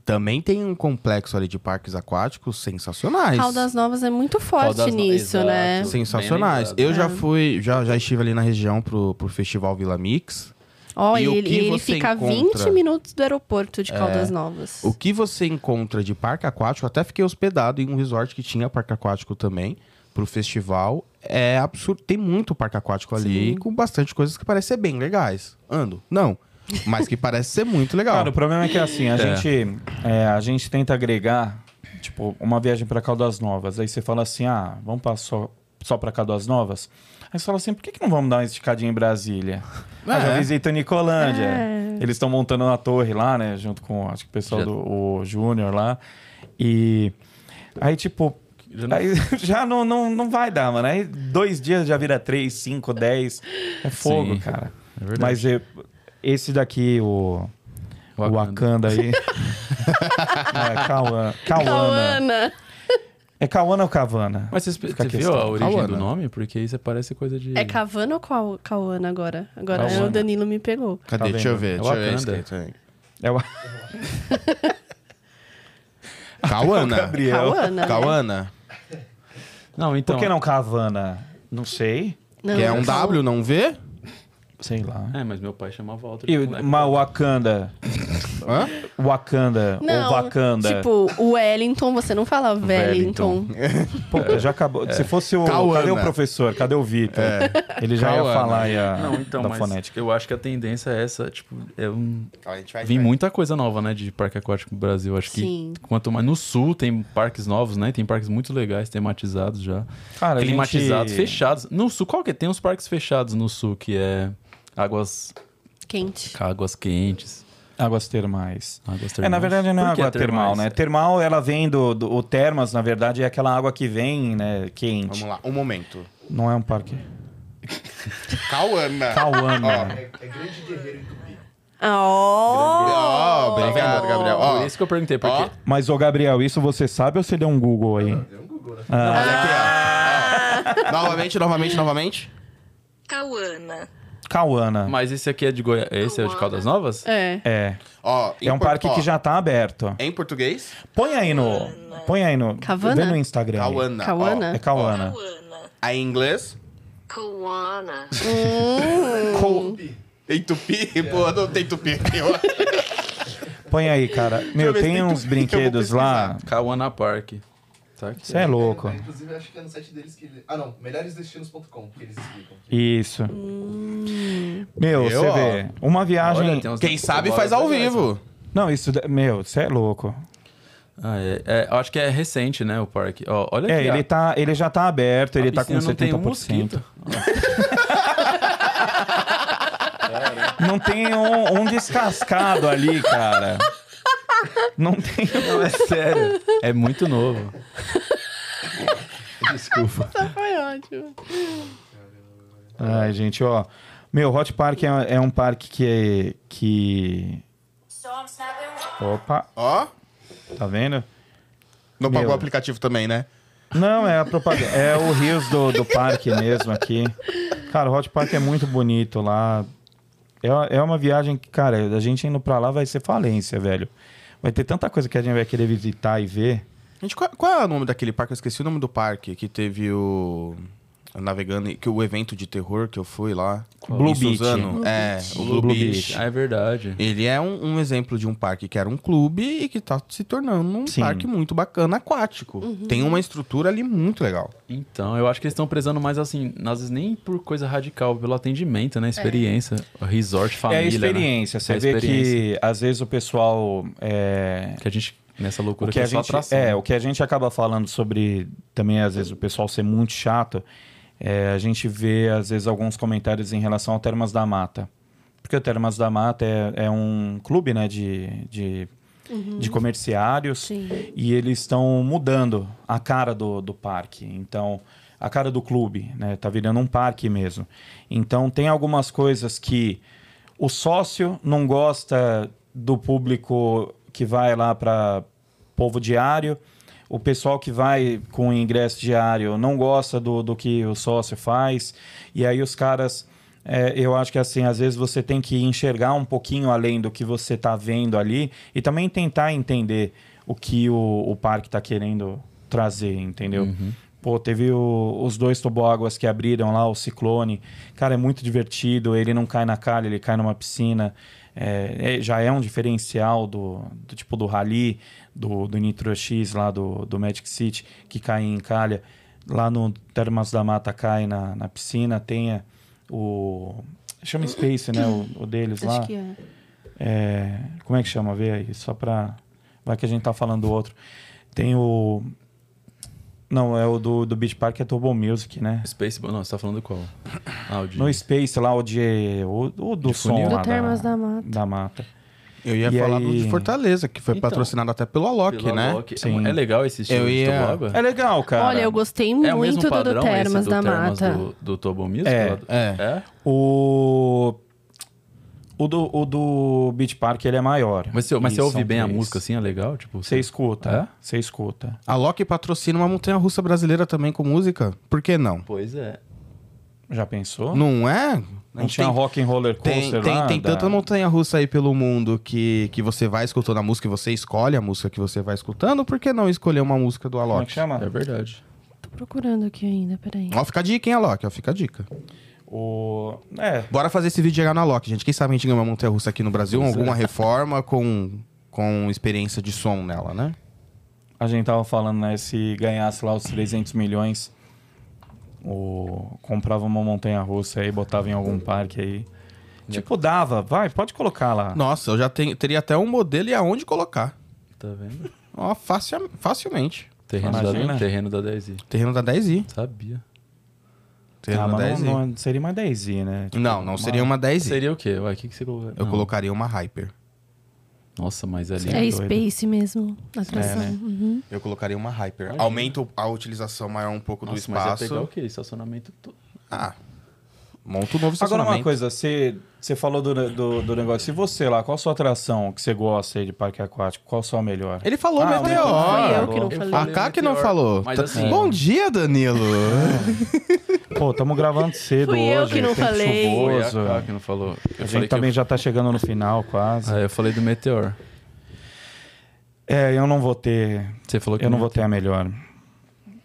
Também tem um complexo ali de parques aquáticos sensacionais.
Caldas Novas é muito forte
Caldas No-
nisso,
Exato.
né?
Sensacionais.
Bem
Eu já fui, já, já estive ali na região pro, pro Festival Vila Mix.
Ó,
E
e
o
ele,
que
ele
você
fica a
encontra? É.
20 minutos do aeroporto de Caldas Novas.
O que você encontra de parque aquático, até fiquei hospedado em um resort que tinha parque aquático também, pro festival. É absurdo. Tem muito parque aquático ali, com bastante coisas que parecem ser bem legais. Ando? Não. Mas que parece ser muito legal.
Cara, o problema é que assim, a,
É.
Gente, é, a gente tenta agregar, tipo, uma viagem pra Caldas Novas. Aí você fala assim, ah, vamos passar só, só pra Caldas Novas? Aí você fala assim, por que, que não vamos dar uma esticadinha em Brasília? Ah, já
É.
visita Nicolândia.
É.
Eles estão montando uma torre lá, né? Junto com, acho que o pessoal
Já-
do o Júnior lá. E aí, tipo... Já,
Já não-
não... Aí, já não, não, não vai dar, mano. Aí dois dias já vira três, cinco, dez. É fogo,
Sim.
cara.
É verdade.
Mas eh, esse daqui, o... O Wakanda aí. é, Kawan- Kawana.
Cauana.
É Kawana ou Kavana?
Mas você, você
Fica a
viu
questão.
a origem
Cauana.
do nome? Porque isso parece coisa de
É Cavana ou Cau- Cauana agora? Agora
Cauana.
o Danilo me pegou.
Cadê?
Tá
deixa eu
vendo?
ver. deixa eu
É
ver.
Wakanda.
escrito aí.
É o
Então,
Cauana.
É Gabriel.
Cauana. né?
é Cauana.
Não, então.
Por que não Kavana? Não sei.
Não,
Que é um
Cau-
W, não V?
Sei lá.
É, mas meu pai chamava Walter.
E
de
o-
moleque.
mas Wakanda.
Hã?
Wakanda.
Não,
ou Wakanda.
tipo, o Wellington, você não fala Wellington.
Puta, já acabou.
É.
Se fosse o.
Cauana.
Cadê o professor? Cadê o Vitor? Ele já ia
Cauana.
falar aí a,
Não, então,
da
mas
fonética.
eu acho que a tendência é essa, tipo, é um...
A gente vai
Vem muita coisa nova, né, de parque aquático no Brasil. Acho
Sim.
que quanto mais... No sul tem parques novos, né? Tem parques muito legais, tematizados já.
Cara, a
Climatizados,
gente-
fechados. No sul, qual que é? Tem uns parques fechados no sul, que é águas,
Quente.
águas quentes,
Águas termais.
águas
É,
termais.
na verdade não é
Por que
água termal,
termais?
né? Termal, ela vem do, do. O termas, na verdade, é aquela água que vem, né? Quente.
Vamos lá, um momento.
Não é um parque.
Cauana.
Cauana.
É, grande guerreiro em tupi.
Oh!
Ó, obrigado, Gabriel. Ó,
é Por isso que eu perguntei, porque...
ó.
Mas, ô Gabriel, isso você sabe ou você deu um Google aí?
Olha aqui, ó. ó. Novamente, novamente, novamente.
Cauana.
Cauana.
Mas esse aqui é de Goiás. Esse é de Caldas Novas?
É.
É.
Ó, em
É um
por-
parque
ó,
que já tá aberto.
Em português?
Põe aí no. Põe aí no.
Cavana?
Vê no Instagram. aí.
Cauana. ó.
Cauana?
É Cauana.
Cauana.
Aí em inglês?
Cauana.
Co-
Em tupi?
É.
Pô, não tem tupi aqui. ó.
Põe aí, cara. Meu,
eu ver se
tem
tem
uns
tudo.
brinquedos
Eu vou
lá.
Cauana Park. Tá aqui.
Você é louco.
Inclusive, acho que é no site deles que ele... Ah, não. Melhoresdestinos.com que eles explicam.
Isso. Meu,
Eu,
você vê. Uma viagem.
Olha, tem uns-
Quem sabe
é
faz ao vivo.
Não, isso. da- Meu, você é louco.
Ah, é, é, eu acho que é recente, né, o parque. Ó, olha
É,
aqui.
ele, tá, ele já tá aberto, ele tá com 70%.
não tem um mosquito.
Não tem um, um descascado ali, cara. Não tem. um.
Não, é sério. É muito novo. Desculpa.
Essa foi ótimo.
Ai, gente, ó. Meu, Hot Park é, é um parque que. é, que... Opa,
Ó,
tá vendo?
não pagou
Meu.
o aplicativo também, né?
Não, é a propaganda. É o rios do, do parque mesmo aqui. Cara, o Hot Park é muito bonito lá. É, é uma viagem que, cara, a gente indo pra lá vai ser falência, velho. Vai ter tanta coisa que a gente vai querer visitar e ver.
Gente, qual, qual é o nome daquele parque? Eu esqueci o nome do parque que teve o. o Navegando, que o evento de terror que eu fui lá.
Blue
em
Beach.
Suzano.
Blue
é, o Blue,
Blue
Beach.
Ah, é verdade.
Ele é um, um exemplo de um parque que era um clube e que tá se tornando um
Sim.
parque muito bacana, aquático. Tem uma estrutura ali muito legal.
Então, eu acho que eles estão prezando mais assim, às vezes nem por coisa radical, pelo atendimento,
É.
né? Experiência. Resort, família.
é a experiência.
Né?
Você
É a
vê
experiência.
que, às vezes, o pessoal. é,
Que a gente, nessa
o
loucura
que a
é só
gente
atração.
é o que a gente acaba falando sobre também às vezes o pessoal ser muito chato é, a gente vê às vezes alguns comentários em relação ao Termas da Mata porque o Termas da Mata é, é um clube né de, de, de comerciários
Sim.
e eles estão mudando a cara do, do parque então a cara do clube né tá virando um parque mesmo então tem algumas coisas que o sócio não gosta do público que vai lá para povo diário. O pessoal que vai com ingresso diário não gosta do, do que o sócio faz. E aí os caras. é, eu acho que assim, às vezes você tem que enxergar um pouquinho além do que você está vendo ali e também tentar entender o que o, o parque está querendo trazer, entendeu? Pô, teve o- os dois tobóguas que abriram lá, o Ciclone. Cara, é muito divertido. Ele não cai na calha, ele cai numa piscina. É, é- já é um diferencial do, do tipo do Rally, do, do Nitro X lá do, do Magic City, que cai em calha. Lá no Termas da Mata cai na, na piscina. Tem é, o. Chama Space, né? O, o deles lá.
Acho que é.
É, como é que chama? Vê aí, só pra. Vai que a gente tá falando do outro. Tem o. Não, é o do, do Beach Park, é Turbo Music, né?
Space... Não, você tá falando qual? Ah, o de-
No Space lá, o de. O, o do som.
funil?
lá
Do Termas da Mata.
Da mata.
Eu ia
E
falar
aí-
do de Fortaleza, que foi
Então.
patrocinado até pelo Alok,
Pelo
né?
Alok.
Sim.
É legal esse estilo
Eu
de
ia-
toboágua?
É legal, cara.
Olha, eu gostei
É o mesmo
muito do, do
padrão esse
Termas
do
da
Termas
Mata.
do, do Turbo Music?
É,
Lá do-
é.
O. O do, o do Beach Park, ele é maior.
Mas você, mas
E
você ouve
são
bem a
três.
música assim, é legal? Tipo,
Você
você-
escuta. Você escuta.
A Loki patrocina uma montanha russa brasileira também com música. Por que não?
Pois é.
Já pensou?
Não é?
Não tinha rock and roller
tem,
coaster
tem,
lá
tem
da-
tanta montanha russa aí pelo mundo que, que você vai escutando a música e você escolhe a música que você vai escutando. Por que não escolher uma música do
Como é que
Alok?
chama?
É verdade.
Tô procurando aqui ainda, peraí.
Ó, fica a dica, hein, Alok? Ó, fica a dica.
O... É,
Bora fazer esse vídeo chegar na Loki, gente. Quem sabe a gente ganha uma montanha russa aqui no Brasil, alguma reforma com, com experiência de som nela, né?
a gente tava falando, né? Se ganhasse lá os 300 milhões, o... comprava uma montanha-russa aí, botava em algum parque aí. Tipo, dava. Vai, pode colocar lá.
Nossa, eu já tenho- teria até um modelo e aonde colocar.
Tá vendo?
Ó, facia- facilmente.
Terreno
Imagina.
da, terreno da 10i.
Terreno da 10i.
Sabia.
Terreno
Ah,
da
mas
10i.
não, não seria uma 10i, né? Tipo,
Não, não seria uma 10i.
Seria o quê? Ué, o que, que você colocou?
Eu colocaria uma Hyper.
Nossa, mas ali.
É
É
doido.
Space mesmo, a atração.
né?
Uhum.
Eu colocaria uma Hyper.
Imagina.
Aumenta o- a utilização maior um
É
pouco do
Nossa, mas
espaço.
ia pegar o quê? Estacionamento todo.
Ah, monta um novo
Agora
estacionamento.
uma coisa, você, você falou do, do, do negócio. Se você lá, qual a sua atração que você gosta aí de parque aquático? Qual a sua melhor?
Ele falou
Ah, mas
Fui
meteoro.
eu que não falei.
um A
falei
K que não
meteoro.
falou.
Mas
Tá-
assim-
Bom dia, Danilo.
Pô, estamos gravando cedo
Fui
hoje.
eu que não
tempo
falei.
Foi
Chuvoso.
a K que não falou.
A gente também já tá chegando no final, quase.
Ah, eu falei do Meteor.
É, eu não vou ter.
Você falou que
Eu não vou ter a melhor.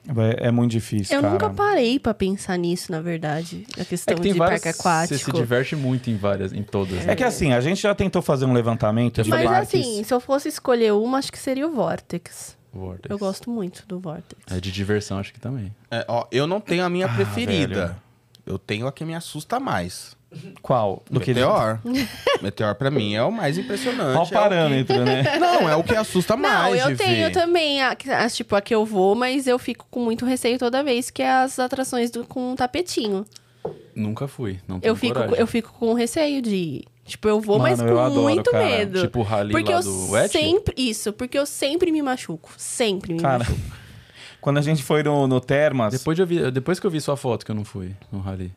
Vai- É, muito difícil,
Eu
cara.
nunca parei pra pensar nisso, na verdade. A questão
É que tem
de
várias.
parque
Você se
aquático.
diverte muito em várias, em todas. né?
É que assim, a gente já tentou fazer um levantamento de
Mas
parques.
assim, se eu fosse escolher uma, acho que seria o Vortex.
Vortex.
É. Eu gosto muito do Vortex.
É de diversão, acho que também.
É, ó, eu não tenho a minha preferida.
velho.
Ah, Eu tenho a que me assusta mais.
Qual? Do que
Meteor. Meteor pra mim é o mais impressionante.
Qual
é o
o parâmetro, né?
que- Não, é o que assusta mais.
Não, eu
de
tenho
ver.
também, a, as, tipo, a que eu vou, mas eu fico com muito receio toda vez, que é as atrações do, com um tapetinho.
Nunca fui. Não tenho
Eu fico,
coragem.
eu fico com receio de ir. Tipo, eu vou, mas
Mano, eu
com
adoro,
muito
cara.
medo.
Tipo o rally
porque
lá
eu
do Wet?
sempre. Isso, porque eu sempre me machuco. Sempre me
Cara,
machuco.
quando a gente foi no, no Termas.
Depois, de eu vi, depois que eu vi sua foto que eu não fui no rally.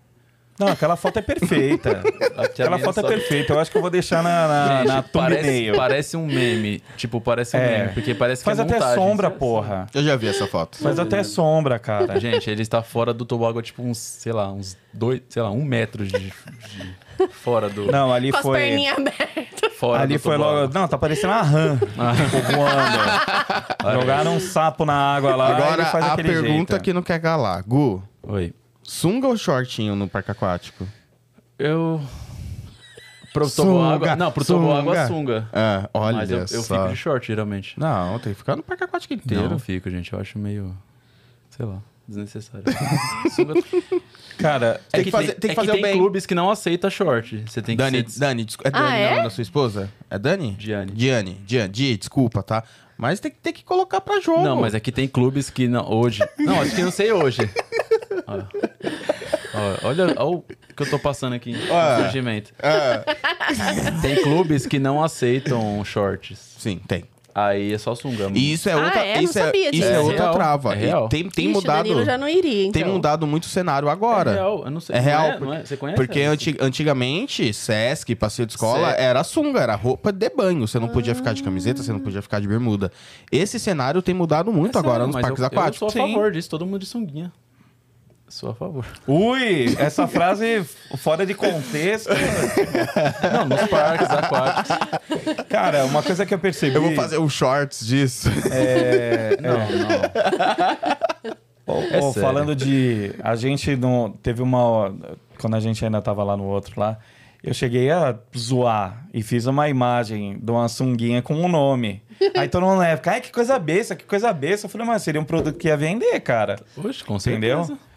Não, aquela foto é perfeita. aquela
menina
foto é
só-
perfeita. Eu acho que eu vou deixar na, na,
Gente,
na thumbnail.
parece, parece um meme. Tipo, parece um
É.
meme. Porque parece que
Faz
é
até
montagem,
sombra,
sabe?
porra.
Eu já vi essa foto.
Faz até sombra, cara.
Gente, ele está fora do toboágua, tipo, uns, sei lá, uns dois, sei lá, um metro de, de- fora do.
Não, ali
Com as
foi.
perninhas abertas.
fora
Ali
do Ah.
foi
toboágua.
logo. Não, tá parecendo uma rã. Tipo, voando. Jogaram um sapo na água lá.
Agora,
ele faz
a
aquele
pergunta
jeito.
que não quer calar. Gu,
Oi.
sunga ou shortinho no parque aquático?
Eu. Pro
Sunga,
toboágua. Não, pro toboágua,
sunga.
sunga.
Ah, olha
Mas eu, eu
só.
fico de short, geralmente.
Não, tem que ficar no parque aquático
Não,
inteiro.
eu fico, gente. Eu acho meio. Sei lá. Desnecessário. é um
Cara,
Tem que fazer- tem que fazer o
tem
bem.
clubes é que não aceita short. Você tem que
Dani,
ser...
Dani, desculpa. É Dani
Ah, é?
o nome da sua esposa? É Dani?
Diane.
Diane, Diane, Di, desculpa, tá? Mas tem que, tem que colocar pra jogo.
Não, mas é aqui tem clubes que não, hoje. Não, acho que eu não sei hoje. Ó. Ó, Olha, olha o que eu tô passando aqui.
Ah.
o surgimento. Tem clubes que não aceitam shorts.
Sim, tem.
Aí é só sunga.
E isso é
Ah,
outra,
é? Não
isso é,
sabia
isso
disso.
é
É
outra
real,
trava.
é
E
real.
tem tem
Ixi, o
mudado,
Danilo já não iria, então.
tem mudado muito o cenário agora.
É real, eu não sei.
É
não
real,
não
porque-
Você conhece?
Porque
essa?
anti- antigamente, SESC, passeio de escola,
Certo.
era sunga, era roupa de banho. Você não podia ficar
Ah.
de camiseta, você não podia ficar de bermuda. Esse cenário tem mudado muito
É
agora
sério,
nos
mas
parques
eu,
aquáticos.
Eu sou a
Sim.
favor disso, todo mundo de sunguinha. Sou a favor.
Ui, essa frase fora de contexto.
Não, nos parques aquáticos.
Cara, uma coisa que eu percebi.
Eu vou fazer um shorts disso.
É,
Não, não.
Ô,
É
ô,
sério.
falando de. A gente não. Teve uma. Quando a gente ainda tava lá no outro lá, eu cheguei a zoar e fiz uma imagem de uma sunguinha com um nome. Aí todo mundo na época, ai, que coisa besta, que coisa besta. Eu falei, mas seria um produto que ia vender, cara.
Oxe, com
Entendeu?
certeza.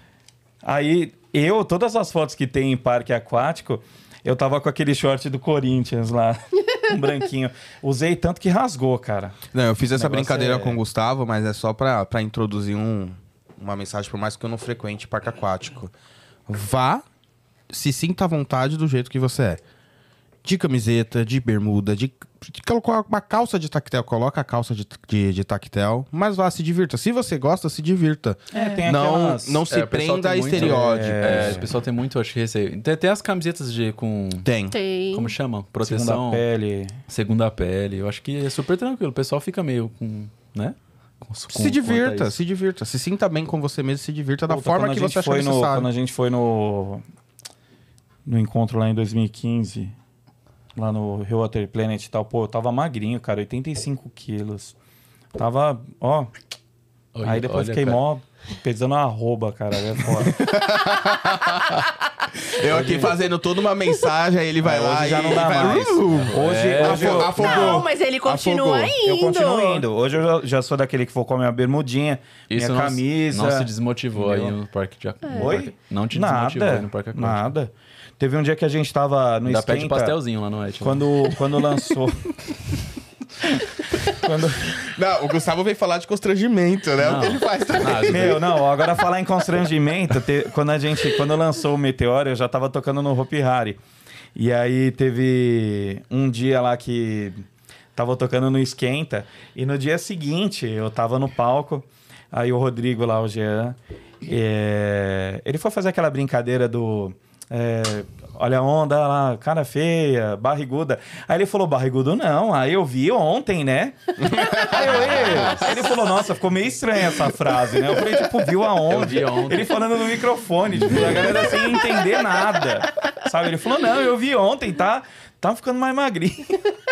Aí eu, todas as fotos que tem em parque aquático, eu tava com aquele short do Corinthians lá, um branquinho. Usei tanto que rasgou, cara.
Não, eu fiz essa
O negócio
brincadeira
é-
com o Gustavo, mas é só pra, pra introduzir um- uma mensagem, por mais que eu não frequente parque aquático. Vá, se sinta à vontade do jeito que você é. De camiseta, de bermuda, de, de colocar uma calça de tactel, coloca a calça de, de, de tactel, mas vá, se divirta. Se você gosta, se divirta.
É, tem
não,
aquelas-
não se
É, o pessoal
prenda a
tem muito-
estereótipos.
É, o pessoal tem muito, acho que receio. Tem até as camisetas de com.
Tem.
Tem.
Como chama?
Segunda
Proteção. Segunda pele.
pele.
Eu acho que é super tranquilo. O pessoal fica meio com. né? Com- com-
se
quanto a
divirta,
isso.
se divirta. Se sinta bem com você mesmo, se divirta da
Puta,
forma
quando
que
a gente
você achar
foi no,
necessário.
Quando a gente foi no, no encontro lá em 2015, lá no Rio Water Planet e tal, pô, eu tava magrinho, cara, 85 quilos. Tava, ó,
Olha-
aí depois
olha,
fiquei
cara.
mó Pesando uma arroba, cara. É foda.
Eu aqui fazendo toda uma mensagem, aí ele vai
É, Hoje
lá
já
e
não dá
vai...
mais. Hoje, É, hoje eu,
Uh! Afo- afogou.
Não, mas ele continua
Afogou.
indo.
eu continuo indo. Hoje eu já- já sou daquele que for com a minha bermudinha, minha
não-
camisa.
Não se desmotivou aí
Entendeu?
no parque de aquático.
Oi?
Não te desmotivou aí
nada,
no parque aquático.
nada. Teve um dia que a gente tava no
Ainda
esquenta...
pede pastelzinho lá no Etna.
Quando, quando lançou... quando...
Não, o Gustavo veio falar de constrangimento, né? O que ele faz
Ah,
também.
Meu, não, agora falar em constrangimento, te- quando a gente, quando lançou o Meteoro, eu já tava tocando no Hopi Hari. E aí teve um dia lá que tava tocando no Esquenta, e no dia seguinte eu tava no palco, aí o Rodrigo lá, o Jean, é, ele foi fazer aquela brincadeira do... é, olha a onda lá, cara feia, barriguda. Aí ele falou, barrigudo não, aí eu vi ontem, né? Aí eu, "Ei". Aí ele falou, nossa, ficou meio estranha essa frase, né? Eu falei, tipo, viu aonde?
Eu vi ontem.
Ele falando no microfone, tipo, a galera sem entender nada. Sabe? Ele falou, não, eu vi ontem, tá? Tá ficando mais magrinho.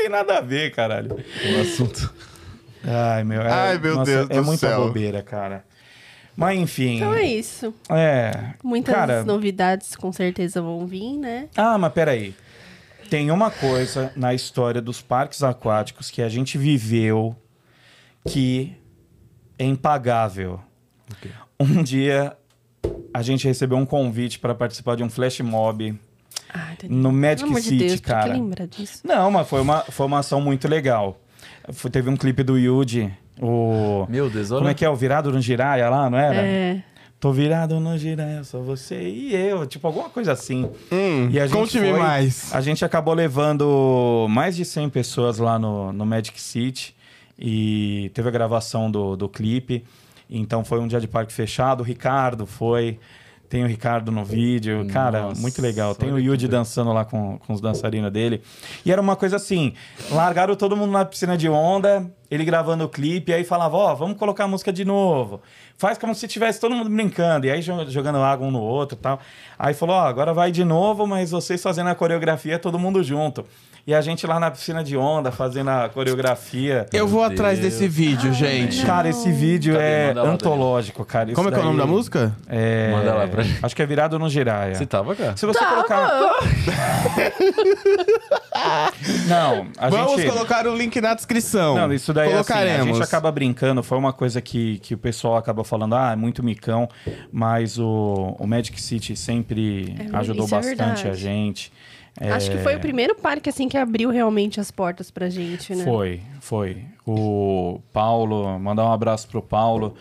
Não tem nada a ver, caralho.
O assunto.
Ai, meu, é,
Ai, meu
nossa,
Deus
é
do
muita
céu.
bobeira, cara. Mas enfim.
Então é isso.
É.
Muitas
cara,
novidades com certeza vão vir, né?
Ah, mas peraí. Tem uma coisa na história dos parques aquáticos que a gente viveu que é impagável. Um dia a gente recebeu um convite para participar de um flash mob
Ah, entendi.
no Magic
Pelo amor
City,
de Deus, por
cara.
que lembra disso?
Não, mas foi uma, foi uma ação muito legal. Foi- teve um clipe do Yuji, o.
Meu Deus, olha.
Como é que é? O Virado no Jiraya lá, não era?
É.
Tô virado no Jiraya, só você e eu. Tipo, alguma coisa assim.
Hum,
E a gente
Conte-me
foi-
mais.
A gente acabou levando mais de 100 pessoas lá no, no Magic City e teve a gravação do, do clipe. Então foi um dia de parque fechado. O Ricardo foi. Tem o Ricardo no vídeo. Cara,
Nossa,
muito legal. Tem o
olha que
Yudi
legal.
dançando lá com, com os dançarinos dele. E era uma coisa assim: largaram todo mundo na piscina de onda, ele gravando o clipe, aí falava: Ó, vamos colocar a música de novo. Faz como se tivesse todo mundo brincando. E aí jo- jogando água um no outro e tal. Aí falou: Ó, agora vai de novo, mas vocês fazendo a coreografia todo mundo junto. E a gente lá na piscina de onda fazendo a coreografia.
Eu vou
Meu
atrás
Deus.
desse vídeo, gente.
Cara, esse vídeo
Cadê?
é
Manda lá,
antológico, cara. Isso
Como é que é o nome da
daí-
música?
É...
Manda lá pra gente.
Acho que é virado no Jiraya.
Você tá tava, cara?
Se você
Ah,
colocar. Não, a
Vamos
gente.
colocar o link na descrição.
Não, isso daí é assim, a
Colocaremos.
gente acaba brincando. Foi uma coisa que, que o pessoal acaba falando, ah, é muito micão, mas o, o Magic City sempre
É,
ajudou
isso é
bastante
verdade.
a gente. É,
Acho que foi o primeiro parque assim que abriu realmente as portas pra gente, né?
Foi, foi. O Paulo, mandar um abraço pro Paulo.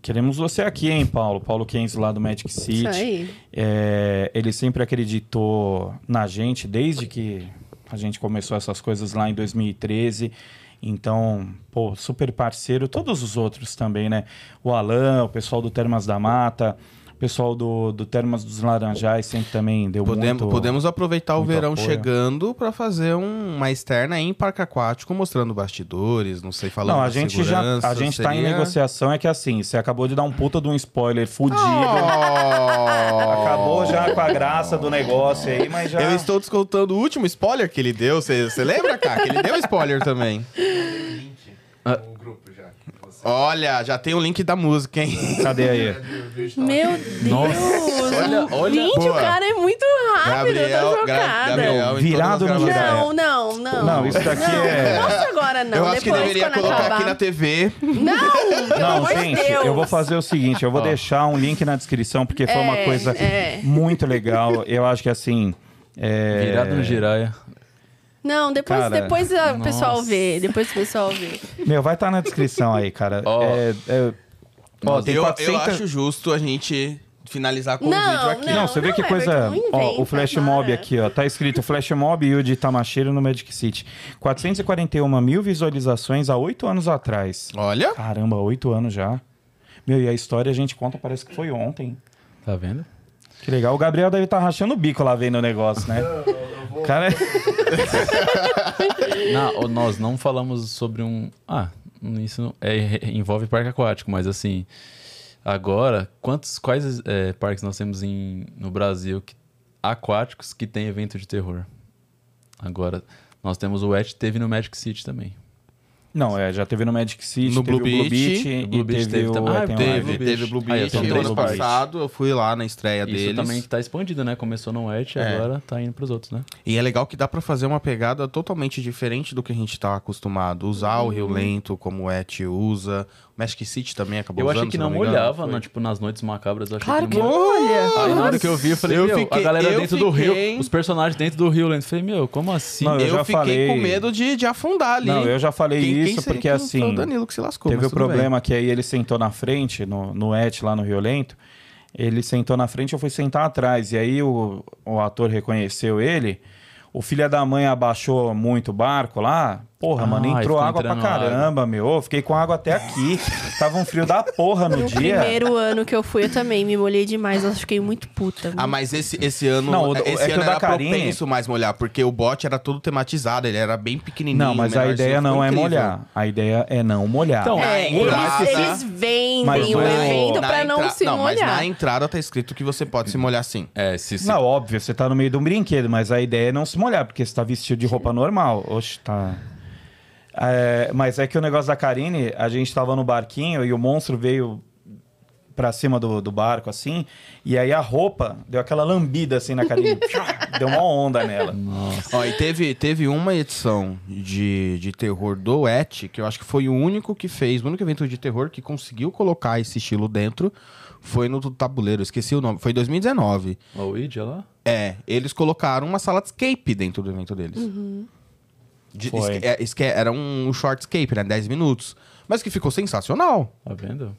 Queremos você aqui, hein, Paulo? Paulo Kenzo lá do Magic City.
Isso aí.
É, ele sempre acreditou na gente desde que a gente começou essas coisas lá em 2013. Então, pô, super parceiro. Todos os outros também, né? O Alan, o pessoal do Termas da Mata, o pessoal do, do Termas dos Laranjais sempre também deu
Podemos,
muito...
podemos aproveitar o
muito
verão
apoio.
chegando pra fazer um- uma externa em parque aquático, mostrando bastidores, não sei, falando
Não, a
de
gente já a
segurança,
gente tá em
seria-
negociação é que assim, você acabou de dar um puta de um spoiler fudido.
Oh!
Acabou já com a graça do negócio aí, mas já
Eu estou descontando o último spoiler que ele deu. Você você lembra, cara? Que ele deu spoiler também. Ah.
um
Link
Ah.
no grupo já. que Você...
Olha, já tem o link da música, hein?
cadê aí?
Eu vejo que
Meu Deus!
Olha, olha.
Gente,
Boa.
o cara é muito rápido, eu tô
Gabriel, Gra-
chocada.
Gabriel, em
Virado
todas as
no
gravações.
Não, não, não.
Não, isso daqui é-
Não mostra agora, não.
Eu acho que
Depois,
deveria
quando
colocar
acabar.
aqui na TV.
Não, pelo
Não,
amor de
gente,
Deus.
eu vou fazer o seguinte, eu vou
Ó.
deixar um link na descrição, porque foi uma
É,
coisa
é.
muito legal. Eu acho que assim. é,
Virado no Jiraya.
Não, depois,
Cara,
depois a- o
nossa.
pessoal vê. Depois o pessoal vê.
Meu, vai estar na descrição aí, cara.
Ó.
É, é- ó, tem
eu,
400
eu acho justo a gente finalizar com o
Não,
vídeo aqui.
Não, você vê
não,
que
é,
coisa.
não inventa,
ó, o Flash
para.
Mob aqui, ó. Tá escrito Flash Mob e o de Tamashiro no Magic City. 441 mil visualizações há oito anos atrás.
Olha.
Caramba, oito anos já. Meu, e a história a gente conta, parece que foi ontem.
Tá vendo?
Que legal. O Gabriel deve estar rachando o bico lá vendo o negócio, né? O Cara,
Não, ô, nós não falamos sobre um. Ah, isso não- é- envolve parque aquático, mas assim. Agora, quantos, quais é, parques nós temos em, no Brasil que- aquáticos que tem evento de terror? Agora, nós temos o ET, teve no Magic City também.
Não, é, já teve no Magic City,
No
teve
Blue
o Blue
Beach.
Beach,
O Blue
e
Beach
teve,
teve
o
também. Ah,
Item
teve,
Live.
Teve,
Blue
teve o Blue
Beach. Aí, eu
Beach
tô
ano
três Blue Beach.
passado, eu fui lá na estreia
Isso
É deles.
também tá expandido, né? Começou no Oeste,
É.
agora tá indo pros outros, né?
E é legal que dá pra fazer uma pegada totalmente diferente do que a gente tá acostumado. Usar o
Uhum.
Rio Lento, como o Et usa. O Magic City também acabou
Eu
usando.
achei que
se
não,
me engano,
molhava,
foi.
né? tipo, nas noites macabras. Eu achei
Claro que
molha-
olha!
Aí na hora que eu vi, eu falei,
Eu
meu,
fiquei-
a galera
eu
dentro do
fiquei-
rio, os personagens dentro do rio, eu falei, meu, como assim?
Não, eu
Eu,
já
fiquei
falei-
com medo de, de afundar ali.
Não, eu já falei
Quem- quem
isso
seria
porque
que não
assim.
Foi o Danilo que se lascou.
Teve
mas
o
assim,
tudo bem.
problema que aí ele sentou na frente, no, no Et lá no Riolento. Ele sentou na frente, eu fui sentar atrás. E aí o, o ator reconheceu ele. O filho da mãe abaixou muito o barco lá. Porra,
Ah,
mano,
aí
entrou
ficou
água pra
entrando água.
caramba, meu. Eu fiquei com água até aqui. Tava um frio da porra no,
No
dia.
primeiro ano que eu fui, eu também me molhei demais. Eu fiquei muito puta.
Ah, mas esse, esse ano,
Não, o do-
esse
é que
ano
o da
era
Karine-
propenso mais molhar, porque o bot era todo tematizado, ele era bem pequenininho.
Não, mas a
menorzinho,
ideia
ficou
não é
incrível.
molhar. A ideia é não molhar.
Então,
É,
Não,
eles,
tá, tá.
eles vendem
Mas
o
na-
evento
na
um pra não
entra-
se
Mas
molhar.
na entrada tá escrito que você pode se molhar sim.
É, se, se-
Não, óbvio, você tá no meio de um brinquedo, mas a ideia é não se molhar, porque você tá vestido de roupa normal. Oxe, tá. É, mas é que o negócio da Karine, a gente tava no barquinho e o monstro veio pra cima do, do barco, assim, e aí a roupa deu aquela lambida assim na Karine. deu uma onda nela.
Ó, e teve, teve uma edição de, de terror do Et, que eu acho que foi o único que fez, o único evento de terror que conseguiu colocar esse estilo dentro, foi no do tabuleiro, eu esqueci o nome, foi em 2019.
Ó, o Ouija lá?
É, eles colocaram uma sala de escape dentro do evento deles. De-
Foi.
esca- é, esca- era um short escape, né? 10 minutos. Mas que ficou sensacional.
Tá vendo?